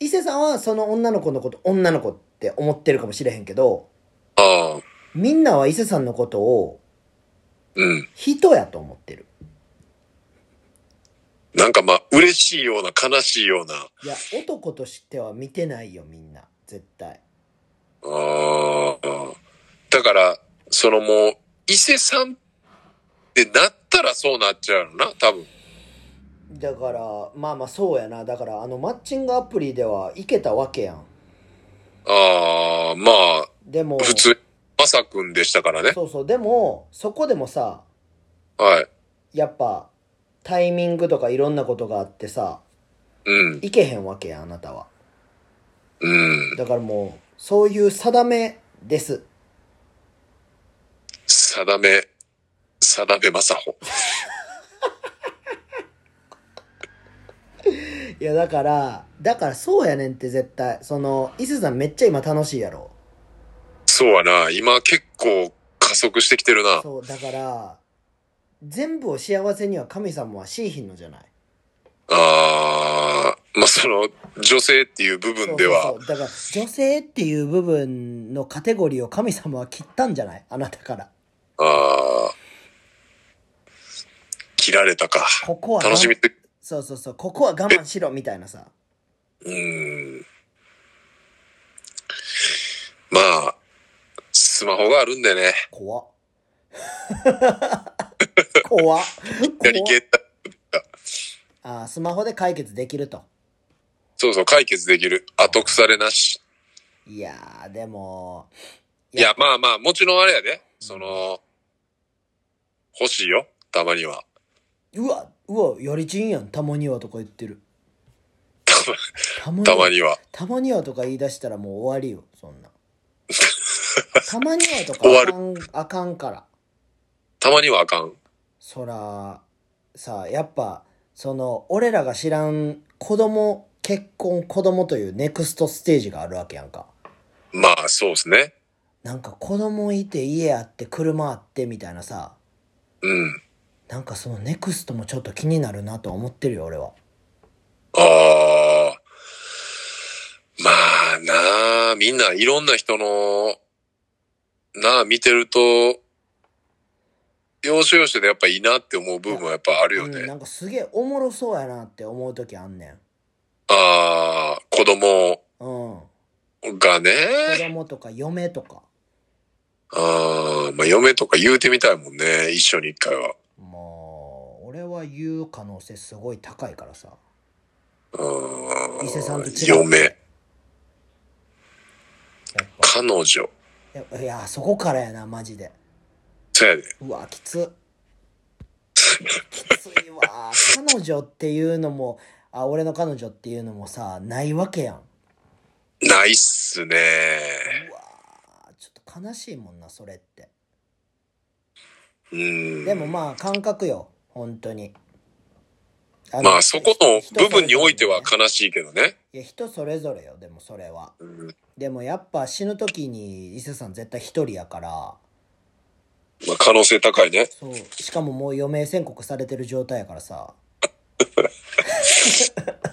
Speaker 1: 伊勢さんはその女の子のこと女の子って思ってるかもしれへんけど、
Speaker 2: ああ、
Speaker 1: みんなは伊勢さんのことを
Speaker 2: うん。
Speaker 1: 人やと思ってる。
Speaker 2: なんかまあ、嬉しいような、悲しいような。
Speaker 1: いや、男としては見てないよ、みんな。絶対。
Speaker 2: ああ。だから、そのもう、伊勢さんってなったらそうなっちゃうのな、多分。
Speaker 1: だから、まあまあそうやな。だから、あの、マッチングアプリではいけたわけやん。
Speaker 2: ああ、まあ、
Speaker 1: でも、
Speaker 2: 普通、まさくんでしたからね。
Speaker 1: そうそう。でも、そこでもさ、
Speaker 2: はい。
Speaker 1: やっぱ、タイミングとかいろんなことがあってさ、
Speaker 2: うん、
Speaker 1: いけへんわけやん、あなたは。
Speaker 2: うん。
Speaker 1: だからもう、そういう定めです。
Speaker 2: 定め、定め正穂。
Speaker 1: いや、だから、だからそうやねんって絶対。その、伊勢さんめっちゃ今楽しいやろ。
Speaker 2: そうやな、今結構加速してきてるな。
Speaker 1: そう、だから、全部を幸せには神様はしいひんのじゃない。
Speaker 2: ああ、まあその、女性っていう部分で
Speaker 1: そ
Speaker 2: は
Speaker 1: う、そうそうだから、女性っていう部分のカテゴリーを神様は切ったんじゃないあなたから。
Speaker 2: ああ、切られたか。
Speaker 1: ここは、
Speaker 2: 楽しみって、
Speaker 1: そうそうそう、ここは我慢しろ、みたいなさ。
Speaker 2: うん。まあ、スマホがあるんでね、
Speaker 1: 怖っ。怖っ。
Speaker 2: やり
Speaker 1: 怖っ
Speaker 2: けた。
Speaker 1: あースマホで解決できると。
Speaker 2: そうそう、解決できる。後腐れなし。
Speaker 1: いやー、でも、
Speaker 2: いや、まあまあ、もちろんあれやで。その、欲しいよ。たまには。
Speaker 1: うわ、うわ、やりちんやん、たまにはとか言ってる。たま
Speaker 2: たまには。
Speaker 1: たまにはとか言い出したらもう終わりよ、そ んな。たまにはと
Speaker 2: 終
Speaker 1: か
Speaker 2: わ
Speaker 1: あ
Speaker 2: る
Speaker 1: かん、あかんから。
Speaker 2: たまにはあかん。
Speaker 1: そら、さあ、やっぱ、その、俺らが知らん子供、結婚、子供というネクストステージがあるわけやんか。
Speaker 2: まあ、そうですね。
Speaker 1: なんか子供いて家あって車あってみたいなさ、
Speaker 2: うん。
Speaker 1: なんかそのネクストもちょっと気になるなとは思ってるよ、俺は。
Speaker 2: ああ。まあなあ、みんないろんな人の、なあ、見てると、要所要所でやっぱいいなって思う部分はやっぱあるよ
Speaker 1: うん、
Speaker 2: ね。
Speaker 1: なんかすげえおもろそうやなって思う時あんねん。
Speaker 2: ああ、子供
Speaker 1: うん。
Speaker 2: がね、
Speaker 1: 子供とか嫁とか。
Speaker 2: ああ、まあ嫁とか言うてみたいもんね、一緒に一回は。
Speaker 1: もう、俺は言う可能性すごい高いからさ。
Speaker 2: う
Speaker 1: 伊勢さんと違う。
Speaker 2: 嫁、
Speaker 1: やっぱ
Speaker 2: 彼女。
Speaker 1: やっぱ。いや、そこからやな、マジで。
Speaker 2: そうやで。
Speaker 1: うわ、きつ。きついわ。彼女っていうのも、あ、俺の彼女っていうのもさ、ないわけやん。う
Speaker 2: ないっすね。
Speaker 1: わちょっと悲しいもんな、それって。
Speaker 2: うん。
Speaker 1: でもまあ、感覚よ。本当に。の
Speaker 2: まあそこの部分においては悲しいけどね。
Speaker 1: いや、人それぞれよ、でもそれは。
Speaker 2: うん
Speaker 1: でもやっぱ死ぬ時に伊勢さん絶対一人やから、
Speaker 2: まあ可能性高いね。
Speaker 1: そう、しかももう余命宣告されてる状態やからさ、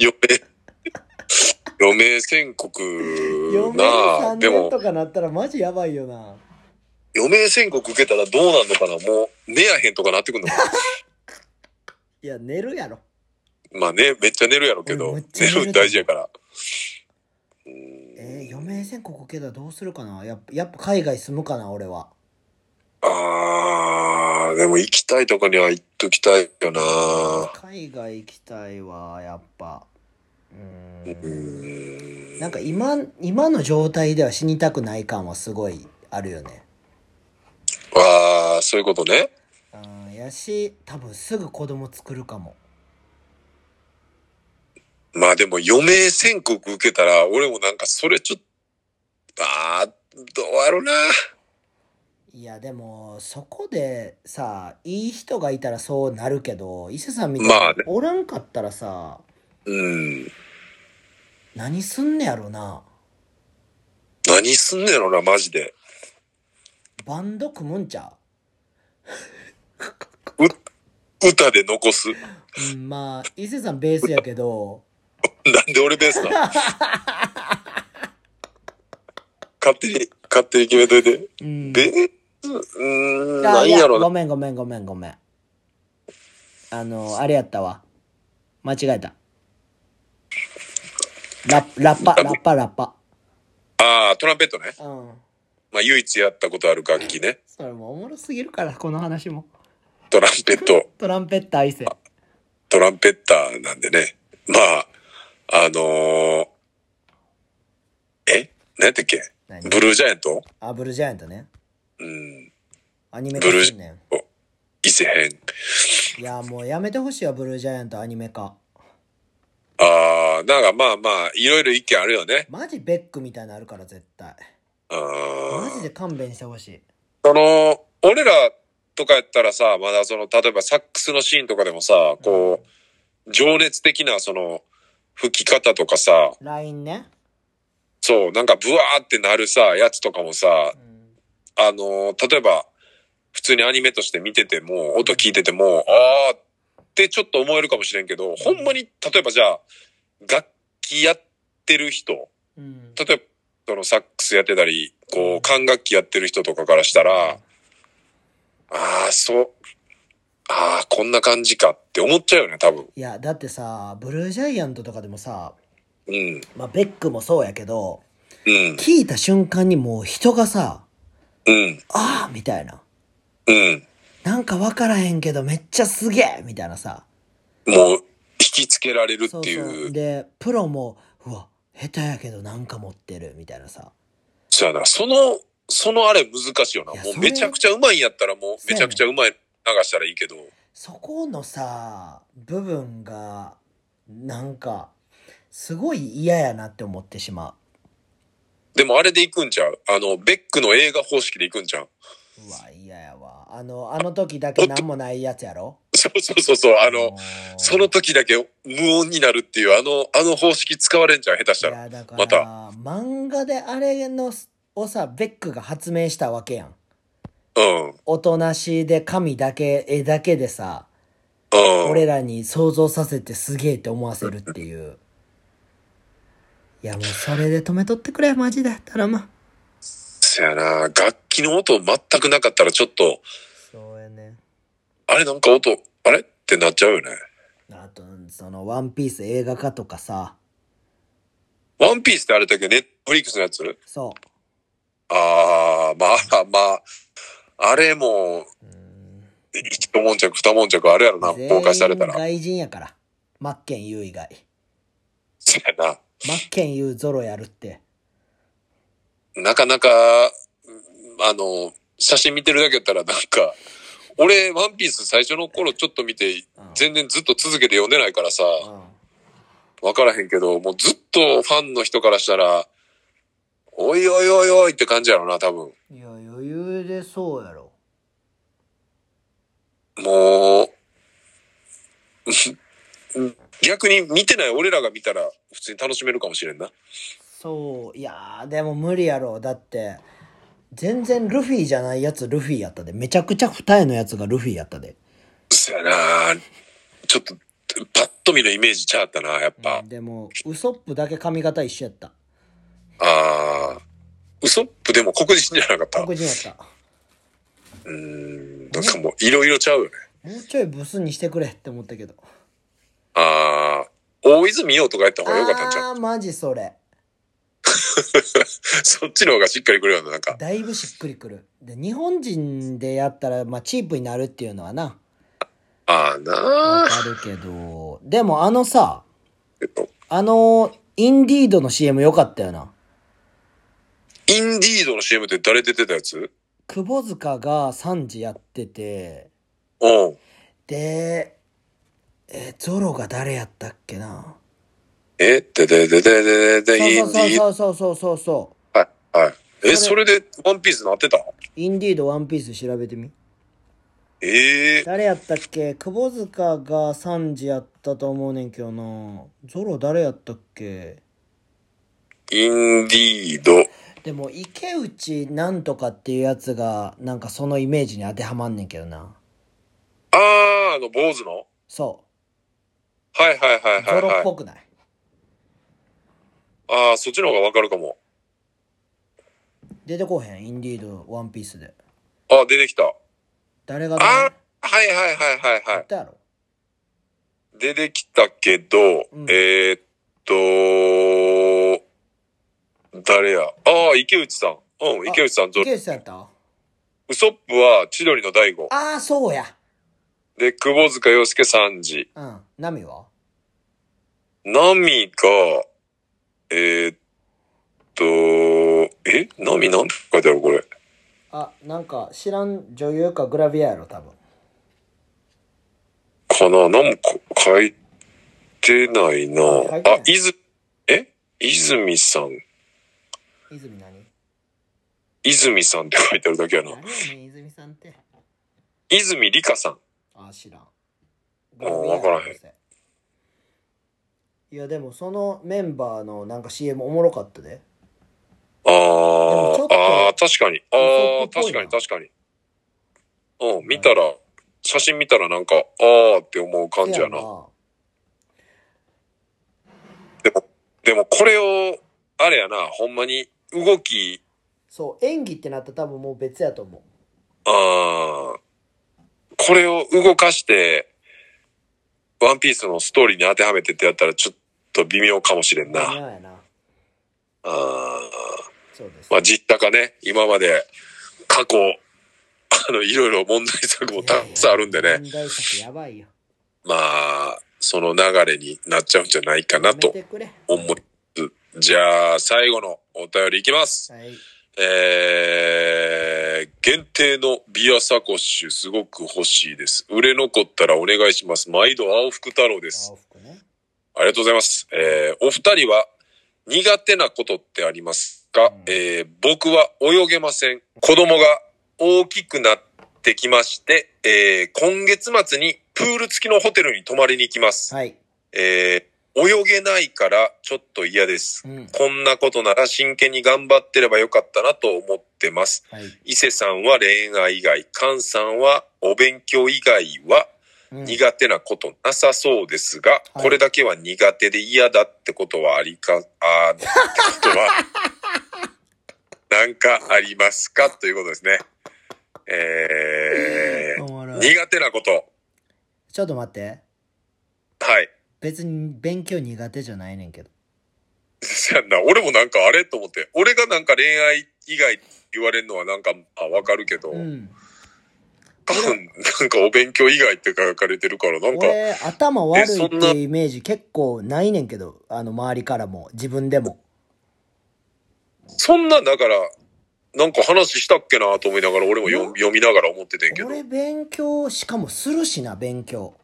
Speaker 2: 余命、 余命宣告
Speaker 1: 余命
Speaker 2: な
Speaker 1: 3
Speaker 2: あ。で
Speaker 1: 年
Speaker 2: も
Speaker 1: と、かなったらマジやばいよな。
Speaker 2: 余命宣告受けたらどうなんのかなもう、寝やへんとかなってくんのか
Speaker 1: いや、寝るやろ。
Speaker 2: な まあね、めっちゃ寝るやろうけ
Speaker 1: う
Speaker 2: ど
Speaker 1: んめっ、ちゃ
Speaker 2: 寝
Speaker 1: 寝る
Speaker 2: る大事やから。
Speaker 1: えー、余命宣告受けたらどうするかなやっぱ、やっぱ海外住むかな、俺は。
Speaker 2: あー、でも行きたいとこには行っときたいよな
Speaker 1: 海外行きたいわ、やっぱ。う
Speaker 2: う
Speaker 1: ーん。
Speaker 2: ん。
Speaker 1: なんか今、今の状態では死にたくない感はすごいあるよね。
Speaker 2: あー、そういうことね。
Speaker 1: うん、やし、多分すぐ子供作るかも。
Speaker 2: まあでも余命宣告受けたら、俺もなんかそれちょっと、あー、どうやろうな。
Speaker 1: いやでもそこでさいい人がいたらそうなるけど伊勢さんみたいに
Speaker 2: まあね
Speaker 1: おらんかったらさ
Speaker 2: うん。
Speaker 1: 何すんねやろな
Speaker 2: 何すんねやろな、マジで。
Speaker 1: バンド組むんちゃ
Speaker 2: 歌で残す。
Speaker 1: う、うん、まあ伊勢さんベースやけど
Speaker 2: なんで俺ベースだ勝手に、勝手に決めといて。
Speaker 1: うん
Speaker 2: ベース、うーん、
Speaker 1: あ
Speaker 2: なん
Speaker 1: い
Speaker 2: やろうな
Speaker 1: ご。めんごめんごめんごめんあのあれやったわ間違えたラッラッパラッパラッパ
Speaker 2: ああ、トランペットね。
Speaker 1: うん
Speaker 2: まあ、唯一やったことある楽器ね。
Speaker 1: それもおもろすぎるからこの話も
Speaker 2: トランペット、
Speaker 1: トランペット愛せ
Speaker 2: トランペッターなんでね。まあ、あのー、え何やったっけ
Speaker 1: 何
Speaker 2: ブルージャイアント
Speaker 1: あブルージャイアントね
Speaker 2: うん、
Speaker 1: アニメ化
Speaker 2: ブル
Speaker 1: すんね
Speaker 2: ー、お伊勢編。
Speaker 1: んいやもうやめてほしいわブルージャイアントアニメ化
Speaker 2: ああ、なんかまあまあ、いろいろ意見あるよね。
Speaker 1: マジベックみたいなのあるから絶対
Speaker 2: あー
Speaker 1: マジで勘弁してほしい
Speaker 2: その、俺らとかやったらさ、まだその、例えばサックスのシーンとかでもさ、こう、情熱的なその、吹き方とかさ、
Speaker 1: LINE ね、
Speaker 2: そう、なんかブワーってなるさ、やつとかもさ、
Speaker 1: うん
Speaker 2: あのー、例えば、普通にアニメとして見てても、音聞いてても、あーってちょっと思えるかもしれんけど、ほんまに、例えばじゃあ、楽器やってる人、
Speaker 1: うん、
Speaker 2: 例えば、そのサックスやってたり、こう、管楽器やってる人とかからしたら、ああ、そう。ああ、こんな感じかって思っちゃうよね、多分。
Speaker 1: いやだってさブルージャイアントとかでもさ、
Speaker 2: うん。
Speaker 1: まあ、ベックもそうやけど
Speaker 2: うん。
Speaker 1: 聞いた瞬間にもう人がさ
Speaker 2: うん。
Speaker 1: 「ああ」みたいな
Speaker 2: うん。
Speaker 1: なんか分からへんけどめっちゃすげえみたいなさ
Speaker 2: もう、引きつけられる
Speaker 1: そ
Speaker 2: っ
Speaker 1: う
Speaker 2: てい
Speaker 1: そう
Speaker 2: う。
Speaker 1: でプロもうわ下手やけどなんか持ってるみたいなさ
Speaker 2: そうやな。その、そのあれ難しいよな。
Speaker 1: いや
Speaker 2: も
Speaker 1: そうれ
Speaker 2: めちゃくちゃうまいんやったらもう、
Speaker 1: そう
Speaker 2: め
Speaker 1: や
Speaker 2: ち
Speaker 1: ね
Speaker 2: ゃくちゃうまい流したらいいけど。
Speaker 1: そこのさ部分がなんかすごい嫌やなって思ってしま
Speaker 2: でもあれでいくんちゃうあの、ベックの映画方式でいくんちゃう
Speaker 1: ううわ嫌やわあのあの時だけなんもないやつやろ
Speaker 2: そうそうそうそう。あの、
Speaker 1: ー
Speaker 2: その時だけ無音になるっていう、あの、あの方式使われんじゃん、下手した
Speaker 1: い
Speaker 2: ら。
Speaker 1: やだから、
Speaker 2: また
Speaker 1: 漫画であれのをさベックが発明したわけやん
Speaker 2: うん。うん。
Speaker 1: おとなしで紙だけ絵だけでさ俺らに想像させてすげえって思わせるっていういやもうそれで止めとってくれマジで頼む
Speaker 2: そやな楽器の音全くなかったらちょっと、
Speaker 1: そうやね
Speaker 2: あれなんか音、あれってなっちゃうよね。
Speaker 1: あとその「ワンピース映画化とかさ
Speaker 2: ワンピースってあれだっけネットフリックスのやつ
Speaker 1: そ
Speaker 2: あー、まあまあ、あれも、
Speaker 1: ううん
Speaker 2: 一悶着、二悶着あるやろな、
Speaker 1: 全
Speaker 2: 公開された
Speaker 1: 員
Speaker 2: ら。
Speaker 1: 外人やからマッケンユー以外
Speaker 2: そやな。
Speaker 1: マッケンユーゾロやるって
Speaker 2: なかなか、うんあの、写真見てるだけやったらなんか、俺、ワンピース最初の頃ちょっと見て
Speaker 1: うん、
Speaker 2: 全然ずっと続けて読んでないからさ、
Speaker 1: うん
Speaker 2: わからへんけど、もうずっとファンの人からしたら、おいおいおいおいって感じやろな、多分。
Speaker 1: いや余裕でそうやろ
Speaker 2: もう、 逆に見てない俺らが見たら普通に楽しめるかもしれんな。
Speaker 1: そういやーでも無理やろだって全然ルフィじゃないやつルフィやったでめちゃくちゃ二重のやつがルフィやったで、
Speaker 2: そやなちょっと、パッと見のイメージちゃったな、やっぱ。
Speaker 1: でもウソップだけ髪型一緒やった
Speaker 2: ああ。ウソップでも黒人じゃなかった。う
Speaker 1: 黒人やった
Speaker 2: ーん。なんかもういろいろちゃうよね。
Speaker 1: もうちょいブスにしてくれって思ったけど
Speaker 2: ああ。大泉洋とかやった方がよかったんちゃ
Speaker 1: あ
Speaker 2: う
Speaker 1: ーマジそれ
Speaker 2: そっちの方がしっかりくるよな、なんか。
Speaker 1: だいぶしっくりくるで日本人でやったら、まあ、チープになるっていうのはな
Speaker 2: ああな
Speaker 1: わ
Speaker 2: あ
Speaker 1: かるけどでもあのさ
Speaker 2: えっと
Speaker 1: あのインディードの CM 良かったよな
Speaker 2: インディードの CM って誰出てたやつ
Speaker 1: 窪塚が3時やってて
Speaker 2: うん。
Speaker 1: でえーゾロが誰やったっけな
Speaker 2: えでででででで
Speaker 1: そう
Speaker 2: で、インディード
Speaker 1: そうそうそうそうそうそ
Speaker 2: はい。はい。え、
Speaker 1: そ
Speaker 2: それでワンピースなってた
Speaker 1: うインディードワンピース調べてみ
Speaker 2: ええ
Speaker 1: 誰やったっけ窪塚が3時やったと思うねんけどなゾロ誰やったっけ
Speaker 2: インディード。
Speaker 1: でも池内なんとかっていうやつがなんかそのイメージに当てはまんねんけどな
Speaker 2: ああ、あの、坊主の
Speaker 1: そ
Speaker 2: はいはいはいう
Speaker 1: ゾ
Speaker 2: はい
Speaker 1: ロっ
Speaker 2: は
Speaker 1: ぽ
Speaker 2: い。
Speaker 1: くない
Speaker 2: ああ、そっちの方がわかるかも。
Speaker 1: 出てこへんインディードワンピースで
Speaker 2: ああ、出てきた。あ
Speaker 1: 誰が
Speaker 2: あー、はいはいはいはい
Speaker 1: 言
Speaker 2: は
Speaker 1: ったやろ
Speaker 2: い。出てきたけど、
Speaker 1: うん
Speaker 2: えーっと、誰や。ああ、池内さん。う
Speaker 1: あ
Speaker 2: ん、池内さんと、
Speaker 1: 池内さんやったあ
Speaker 2: ウソップは千鳥の大悟。
Speaker 1: あーそうや
Speaker 2: で、窪塚洋介三時。
Speaker 1: うんナミは
Speaker 2: ナミが、えーっと、えナミなんて書いてあるこれ。
Speaker 1: あなんか知らん女優かグラビアやろ多分
Speaker 2: かな何もこ書いてないな
Speaker 1: 書いてない
Speaker 2: あ、いず、え泉さん。
Speaker 1: 泉何
Speaker 2: 泉さんって書いてあるだけやな。
Speaker 1: 誰やねん泉さんって
Speaker 2: 泉里香さん。
Speaker 1: あ知らん
Speaker 2: あわからへん
Speaker 1: いやでもそのメンバーのなんか CM おもろかったでち
Speaker 2: あ
Speaker 1: ょっ
Speaker 2: ー、
Speaker 1: と
Speaker 2: あー、確かに。あ
Speaker 1: 嘘
Speaker 2: ー、
Speaker 1: っぽ
Speaker 2: 確
Speaker 1: い
Speaker 2: か
Speaker 1: な
Speaker 2: に確かに。うん、見たら、写真見たらなんか、あーって思う感じやな。でも、でもこれを、あれやな、ほんまに動き、
Speaker 1: そう演技ってなったら多分もう別やと思
Speaker 2: あーこれを動かして、ワンピースのストーリーに当てはめてってやったらちょっと微妙かもしれ
Speaker 1: うん
Speaker 2: な。
Speaker 1: 微
Speaker 2: あ
Speaker 1: 妙やな
Speaker 2: ー
Speaker 1: そうです
Speaker 2: まあ実家かね、今まで過去、あの、いろいろ問題作もたくさんあるんで
Speaker 1: いやい
Speaker 2: ね、
Speaker 1: や問題作やばいよ
Speaker 2: まあ、その流れになっちゃうんじゃないかな
Speaker 1: や
Speaker 2: と
Speaker 1: めてくれ
Speaker 2: 思います。じゃあ、最後のお便りいきます。
Speaker 1: はい
Speaker 2: えー、限定のビアサコッシュすごく欲しいです。売れ残ったらお願いします。毎度青福太郎です
Speaker 1: 青。服ね
Speaker 2: ありがとうございます。えー、お二人は苦手なことってあります
Speaker 1: う
Speaker 2: か、
Speaker 1: ん
Speaker 2: えー、僕は泳げません。子供が大きくなってきまして、えー、今月末にプール付きのホテルに泊まりに行きます。
Speaker 1: はい
Speaker 2: えー、泳げないからちょっと嫌です。
Speaker 1: うん
Speaker 2: こんなことなら真剣に頑張ってればよかったなと思ってます。
Speaker 1: はい
Speaker 2: 伊勢さんは恋愛以外、菅さんはお勉強以外は
Speaker 1: うん
Speaker 2: 苦手なことなさそうですが、
Speaker 1: はい
Speaker 2: これだけは苦手で嫌だってことはありか、 あーってこと は、なんかありますかということですね。え
Speaker 1: おも
Speaker 2: ー、
Speaker 1: ろい
Speaker 2: 苦手なこと。
Speaker 1: ちょっと待って
Speaker 2: はい。
Speaker 1: 別に勉強苦手じゃないねんけど
Speaker 2: そやんな、俺もなんかあれと思って、俺がなんか恋愛以外って言われるのはなんか、あ、わかるけど、
Speaker 1: うん
Speaker 2: 多分なんかお勉強以外って書かれてるから、なんか、
Speaker 1: 俺頭悪いっ
Speaker 2: え
Speaker 1: て
Speaker 2: そんな
Speaker 1: いうイメージ結構ないねんけどあの周りからも自分でも
Speaker 2: そんな、だから、なんか話したっけなと思いながら、俺も読み読みながら思っててんけど。
Speaker 1: 俺
Speaker 2: う
Speaker 1: 勉強しかもするしな勉強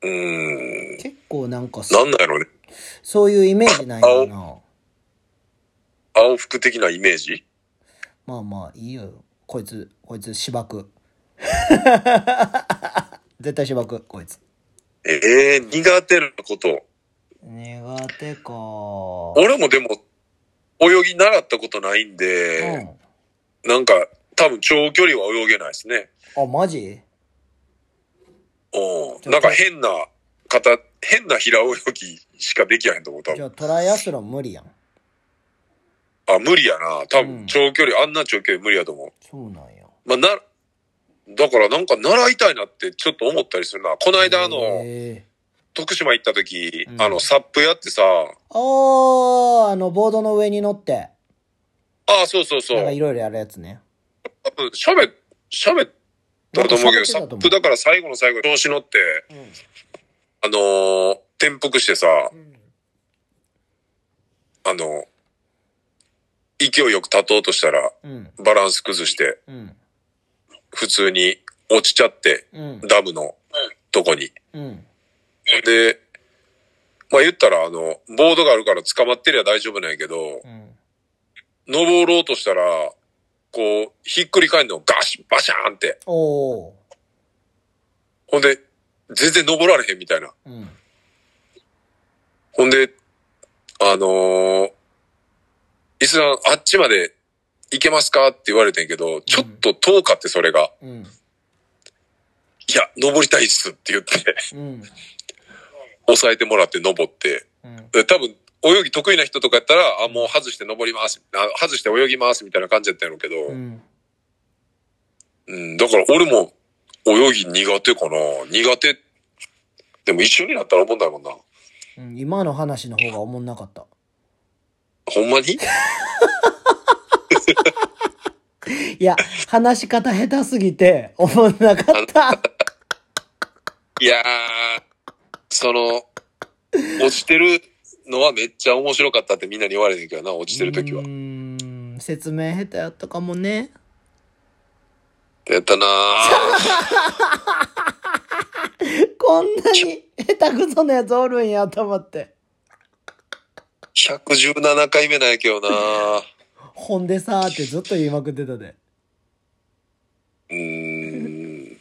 Speaker 2: ーん。
Speaker 1: 結構なんかそ
Speaker 2: なんなんやろね。
Speaker 1: そういうイメージないよな
Speaker 2: 青服的なイメージ
Speaker 1: まあまあいいよこいつこいつ芝く 絶対芝くこいつ
Speaker 2: ええー、苦手なこと。
Speaker 1: 苦手かう
Speaker 2: 俺もでも、泳ぎ習ったことないんで、
Speaker 1: ん
Speaker 2: なんか、多分長距離は泳げないですね。
Speaker 1: あマジ
Speaker 2: うん。なんか変な方、変な平泳ぎしかできやへんと思う、多
Speaker 1: じ
Speaker 2: 分。
Speaker 1: ゃあトライアスロン無理やん
Speaker 2: あ、無理やな。多
Speaker 1: うん
Speaker 2: 分、長距離、あんな長距離無理やと思う。
Speaker 1: そうなんや
Speaker 2: まあ、な、だからなんか習いたいなってちょっと思ったりするな。この間あの、
Speaker 1: へえ
Speaker 2: 徳島行った時、
Speaker 1: うん
Speaker 2: あの、サップやってさ、
Speaker 1: あーあのボードの上に乗って
Speaker 2: ああ、そうそうそう。
Speaker 1: なんかい
Speaker 2: 多
Speaker 1: ろいろやるやつね
Speaker 2: 分、喋、喋ったと思うけ
Speaker 1: なんか喋ってたと思う
Speaker 2: ど、サップだから最後の最後、調子乗って、あのー転覆してさ、あの、勢いよく立とうとしたら、
Speaker 1: うん
Speaker 2: バランス崩して、
Speaker 1: うん
Speaker 2: 普通に落ちちゃって、
Speaker 1: うん
Speaker 2: ダムのとこに。
Speaker 1: うん
Speaker 2: で、まあ言ったら、あの、ボードがあるから捕まってりゃ大丈夫なんやけど、
Speaker 1: うん
Speaker 2: 登ろうとしたら、こう、ひっくり返るのガシッバシャーンって。
Speaker 1: おお
Speaker 2: ほんで、全然登られへんみたいな。
Speaker 1: ーうん
Speaker 2: ほんで、あのー、イスラン、あっちまで行けますかって言われてんけど、ちょっと遠かってそれが、
Speaker 1: うん
Speaker 2: いや、登りたいっすって言って、
Speaker 1: うん
Speaker 2: 抑えてもらって登って、
Speaker 1: うん
Speaker 2: で多分、泳ぎ得意な人とかやったら、あ、もう外して登ります、あ外して泳ぎますみたいな感じやったんやろうけど、
Speaker 1: うん。
Speaker 2: うん、だから俺も泳ぎ苦手かな。苦手。でも一緒になったらおもんないもんな。
Speaker 1: うん今の話の方がおもんなかった。
Speaker 2: ほんまに
Speaker 1: いや、話し方下手すぎて、おもんなかった。
Speaker 2: いやー、その、落ちてるのはめっちゃ面白かったってみんなに言われてんけどな、落ちてる時は
Speaker 1: う。ーん、説明下手やったかもね。
Speaker 2: やったなー
Speaker 1: こんなに下手くそなやつおるんやと思って。
Speaker 2: 117回目なんやけどなー
Speaker 1: ほんでさーってずっと言いまくってたで。
Speaker 2: うーん。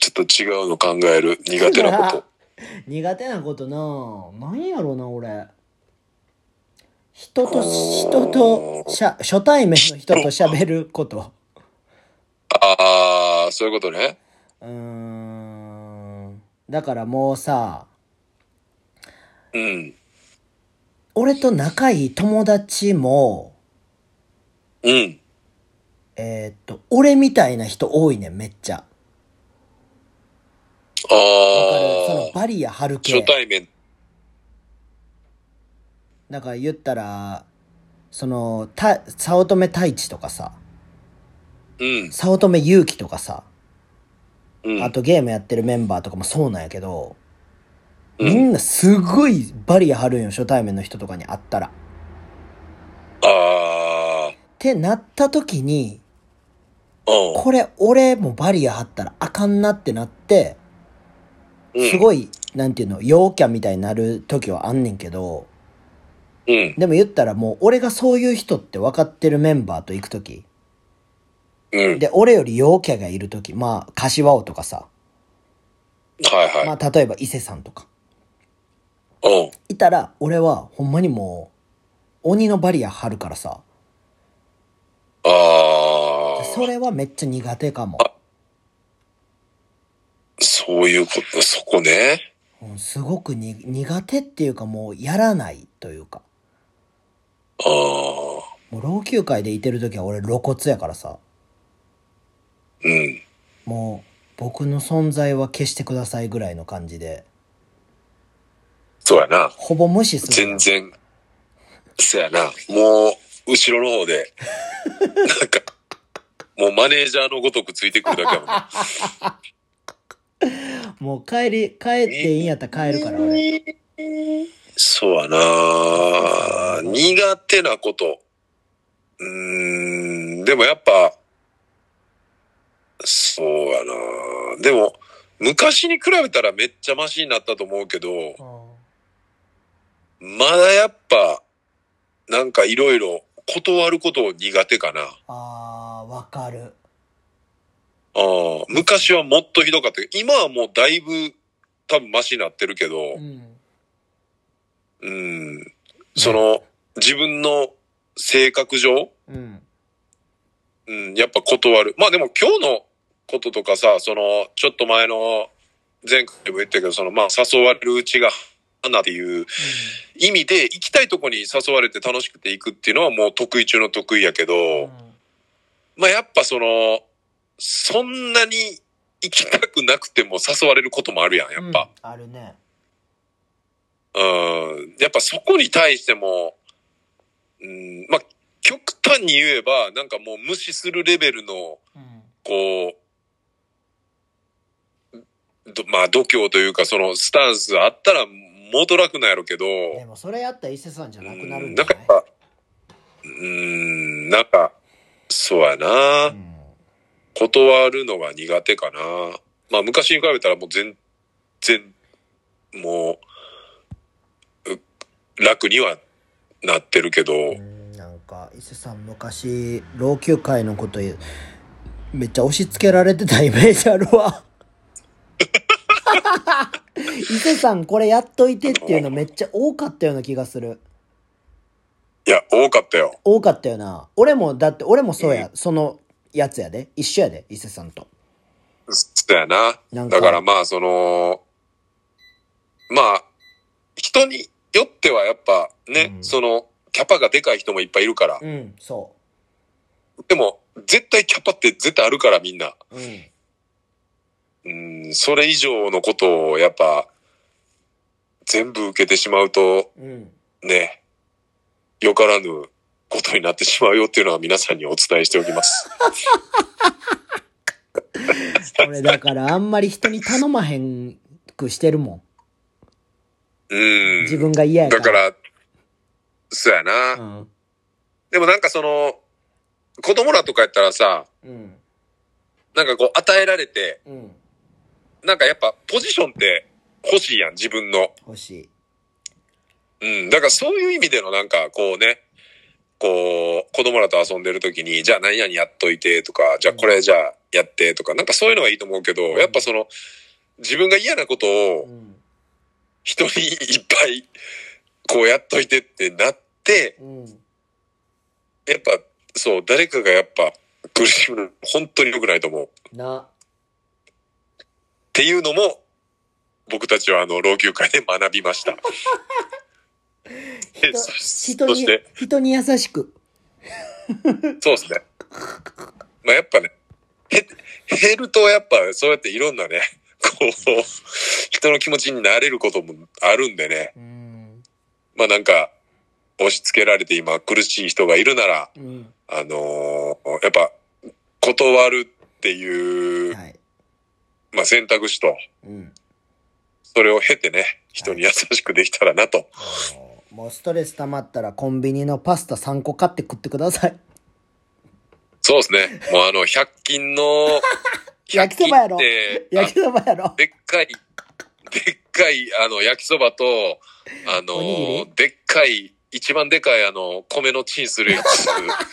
Speaker 2: ちょっと違うの考える。苦手なこと。
Speaker 1: 苦手なことなぁ。なんやろな、俺。人と、人と、しゃ、初対面の人と喋ること。
Speaker 2: あー、そういうことね。
Speaker 1: うーん。だからもうさ、
Speaker 2: うん。
Speaker 1: 俺と仲いい友達も、
Speaker 2: うん。
Speaker 1: えーっと、俺みたいな人多いねん、めっちゃ。
Speaker 2: あ
Speaker 1: わかるその
Speaker 2: ー。
Speaker 1: バリア張る系
Speaker 2: 初。対面。
Speaker 1: だから言ったら、その、た、早乙女太一とかさ、
Speaker 2: うん。
Speaker 1: 早乙女勇気とかさ、
Speaker 2: うん。
Speaker 1: あとゲームやってるメンバーとかもそうなんやけど、
Speaker 2: うん
Speaker 1: みんなすごいバリア張るんよ、初対面の人とかに会ったら。っ
Speaker 2: あ
Speaker 1: てなった時に、
Speaker 2: ー。
Speaker 1: これ俺もバリア張ったらあかんなってなって、
Speaker 2: うん。
Speaker 1: すごい、なんていうの、陽キャみたいになる時はあんねんけど、
Speaker 2: うん。
Speaker 1: でも言ったらもう俺がそういう人って分かってるメンバーと行く時、
Speaker 2: うん。
Speaker 1: で、俺より陽キャがいる時、まあ、柏尾とかさ、
Speaker 2: はいはい。
Speaker 1: まあ、例えば伊勢さんとか、
Speaker 2: うん。
Speaker 1: いたら、俺はほんまにもう、鬼のバリア張るからさ、
Speaker 2: あ
Speaker 1: それはめっちゃ苦手かも。
Speaker 2: あ、そういうこと、そこね。
Speaker 1: うんすごくに苦手っていうかもうやらないというか。
Speaker 2: ああ、
Speaker 1: もう老朽会でいてる時は俺露骨やからさ。
Speaker 2: うん。
Speaker 1: もう僕の存在は消してくださいぐらいの感じで。
Speaker 2: そうやな。
Speaker 1: ほぼ無視する。
Speaker 2: 全然。そうやな。もう、後ろの方で、なんか、もうマネージャーのごとくついてくるだけやもんな。
Speaker 1: もう帰り、帰っていいんやったら帰るから俺。
Speaker 2: そうやな。苦手なこと。うーん、でもやっぱ、そうやな。でも、昔に比べたらめっちゃマシになったと思うけど、まだやっぱ、なんかいろいろ断ることを苦手かな。
Speaker 1: あー、わかる。
Speaker 2: ああ昔はもっとひどかったけど、今はもうだいぶ多分マシになってるけど
Speaker 1: う、ん。
Speaker 2: うん。その、自分の性格上、
Speaker 1: うん。
Speaker 2: うん、やっぱ断る。まあでも今日のこととかさ、その、ちょっと前の、前回でも言ったけど、その、まあ誘われるうちが花っていう意味で、行きたいとこに誘われて楽しくて行くっていうのはもう得意中の得意やけど、まあやっぱその、そんなに行きたくなくても誘われることもあるやん、やっぱ。
Speaker 1: うんあるね。
Speaker 2: うん、やっぱそこに対しても、うん、まあ極端に言えば、なんかもう無視するレベルの、
Speaker 1: うん。
Speaker 2: こう、どまあ度胸というかそのスタンスあったらもっと楽なんやろうけど、
Speaker 1: でもそれやったら伊勢さんじゃなくなる
Speaker 2: うんん
Speaker 1: じゃ
Speaker 2: なん
Speaker 1: な
Speaker 2: か
Speaker 1: い
Speaker 2: やっぱ、うん、なんか、そうやな。
Speaker 1: うん
Speaker 2: 断るのが苦手かな。まあ昔に比べたらもう全然、もう、う楽にはなってるけど、
Speaker 1: うんなんか伊勢さん昔老朽会のこと言うめっちゃ押し付けられてたイメージあるわ伊勢さんこれやっといてっていうのめっちゃ多かったような気がする
Speaker 2: いや、多かったよ。
Speaker 1: 多かったよな俺もだって俺もそうや、そのやつやで一緒やで伊勢さんと
Speaker 2: そうやな。
Speaker 1: なんか
Speaker 2: だからまあその、まあ、人によってはやっぱね、
Speaker 1: うん
Speaker 2: その、キャパがでかい人もいっぱいいるから。
Speaker 1: うん、そ
Speaker 2: でも、絶対キャパって絶対あるからみんな。
Speaker 1: う。うん。
Speaker 2: うん、それ以上のことをやっぱ、全部受けてしまうと、
Speaker 1: うん。
Speaker 2: ね、よからぬことになってしまうよっていうのは皆さんにお伝えしておきます。
Speaker 1: 俺だからあんまり人に頼まへんくしてるも
Speaker 2: うん
Speaker 1: ん。。 自分が嫌やか
Speaker 2: だ
Speaker 1: ら。
Speaker 2: から、そうやな。
Speaker 1: うん。
Speaker 2: でもなんかその、子供らとかやったらさ、
Speaker 1: うん。
Speaker 2: なんかこう与えられて、
Speaker 1: うん。
Speaker 2: なんかやっぱポジションって欲しいやん、自分の。
Speaker 1: 欲しい。
Speaker 2: うん。だからそういう意味でのなんかこうね、こう、子供らと遊んでる時に、じゃあ何々やっといてとか、じゃあこれじゃあやってとか、なんかそういうのはいいと思うけど、やっぱその、自分が嫌なこと
Speaker 1: う
Speaker 2: を
Speaker 1: ん。
Speaker 2: 人にいっぱい、こうやっといてってなって、
Speaker 1: うん。
Speaker 2: やっぱ、そう、誰かがやっぱ苦しむの、本当に良くないと思う。っ
Speaker 1: な。
Speaker 2: ていうのも、僕たちはあの、老朽化で学びました。えそ
Speaker 1: 人
Speaker 2: そ
Speaker 1: に
Speaker 2: して、、
Speaker 1: 人に優しく。
Speaker 2: そうですね。まあやっぱね、へ、減るとやっぱそうやっていろんなね、こう、人の気持ちになれることもあるんでね。
Speaker 1: うん。
Speaker 2: まあなんか、押し付けられて今苦しい人がいるなら、
Speaker 1: うん。
Speaker 2: あのーやっぱ、断るっていう、
Speaker 1: はい。
Speaker 2: まあ選択肢と、
Speaker 1: うん。
Speaker 2: それを経てね、人に優しくできたらなと。
Speaker 1: あのもうストレス溜まったらコンビニのパスタ3個買って食ってください。
Speaker 2: そうですね。もうあの、100均の、
Speaker 1: 焼きそばやろ
Speaker 2: 100均って
Speaker 1: 焼きそばやろ
Speaker 2: あ。でっかい、でっかい、あの、焼きそばと、あ
Speaker 1: おにぎ
Speaker 2: の
Speaker 1: り、
Speaker 2: でっかい、一番でかい、あの、米のチンするやつ。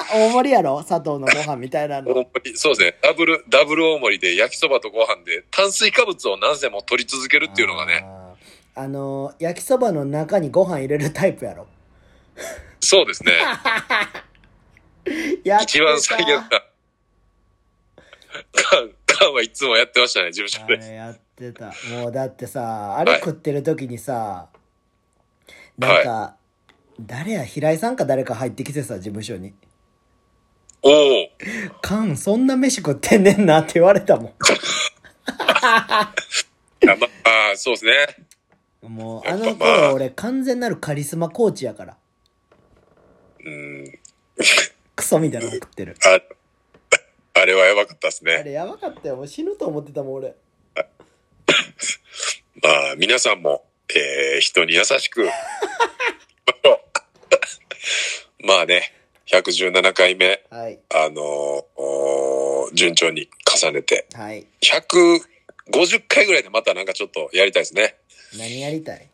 Speaker 1: 大盛りやろ佐藤のご飯みたいな
Speaker 2: 大
Speaker 1: の。
Speaker 2: 盛りそうですね。ダブル、ダブル大盛りで焼きそばとご飯で、炭水化物を何千も取り続けるっていうのがね。
Speaker 1: あー。あの、焼きそばの中にご飯入れるタイプやろ。
Speaker 2: そう ですね。
Speaker 1: やってた
Speaker 2: 一番最悪な。カン、カンはいつもやってましたね、事務所
Speaker 1: あ
Speaker 2: で。
Speaker 1: れやってた。もうだってさ、あれ食ってる時にさ、なんか、誰や、平井さんか誰か入ってきてさ、事務所に。
Speaker 2: おお。
Speaker 1: カン、そんな飯食ってんねんなって言われたも
Speaker 2: あまあ、そうですね。
Speaker 1: ん。もう、
Speaker 2: や
Speaker 1: あ
Speaker 2: っぱ
Speaker 1: の
Speaker 2: まあ
Speaker 1: 頃俺完全なるカリスマコーチやから。
Speaker 2: うん。
Speaker 1: クソみたいなの食ってる。
Speaker 2: あ、あれはやばかったです
Speaker 1: あ
Speaker 2: ね。
Speaker 1: れやばかったよ。もう死ぬと思ってたもん、俺。
Speaker 2: まあ、皆さんも、えー、人に優しく、行き ましょうまあね、117回目、
Speaker 1: はい。
Speaker 2: あのーおー順調に重ねて、
Speaker 1: はい。
Speaker 2: 150回ぐらいでまたなんかちょっとやりたいですね。
Speaker 1: 何やりたい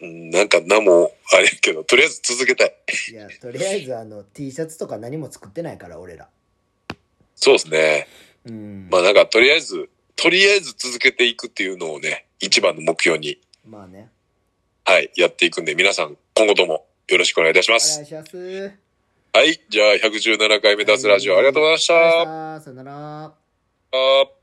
Speaker 2: うんなんか何もあれやけど、とりあえず続けたい。
Speaker 1: いや、とりあえずあの、T シャツとか何も作ってないから、俺ら。
Speaker 2: そうですね。
Speaker 1: うん。
Speaker 2: まあなんかとりあえず、とりあえず続けていくっていうのをね、一番の目標に、
Speaker 1: まあね。
Speaker 2: はい、やっていくんで、皆さん今後ともよろしくお願いいたしま
Speaker 1: お
Speaker 2: す
Speaker 1: 願。いします。
Speaker 2: はい。じゃあ、117回目脱ラジオありがとうございました。
Speaker 1: さよなら。
Speaker 2: あー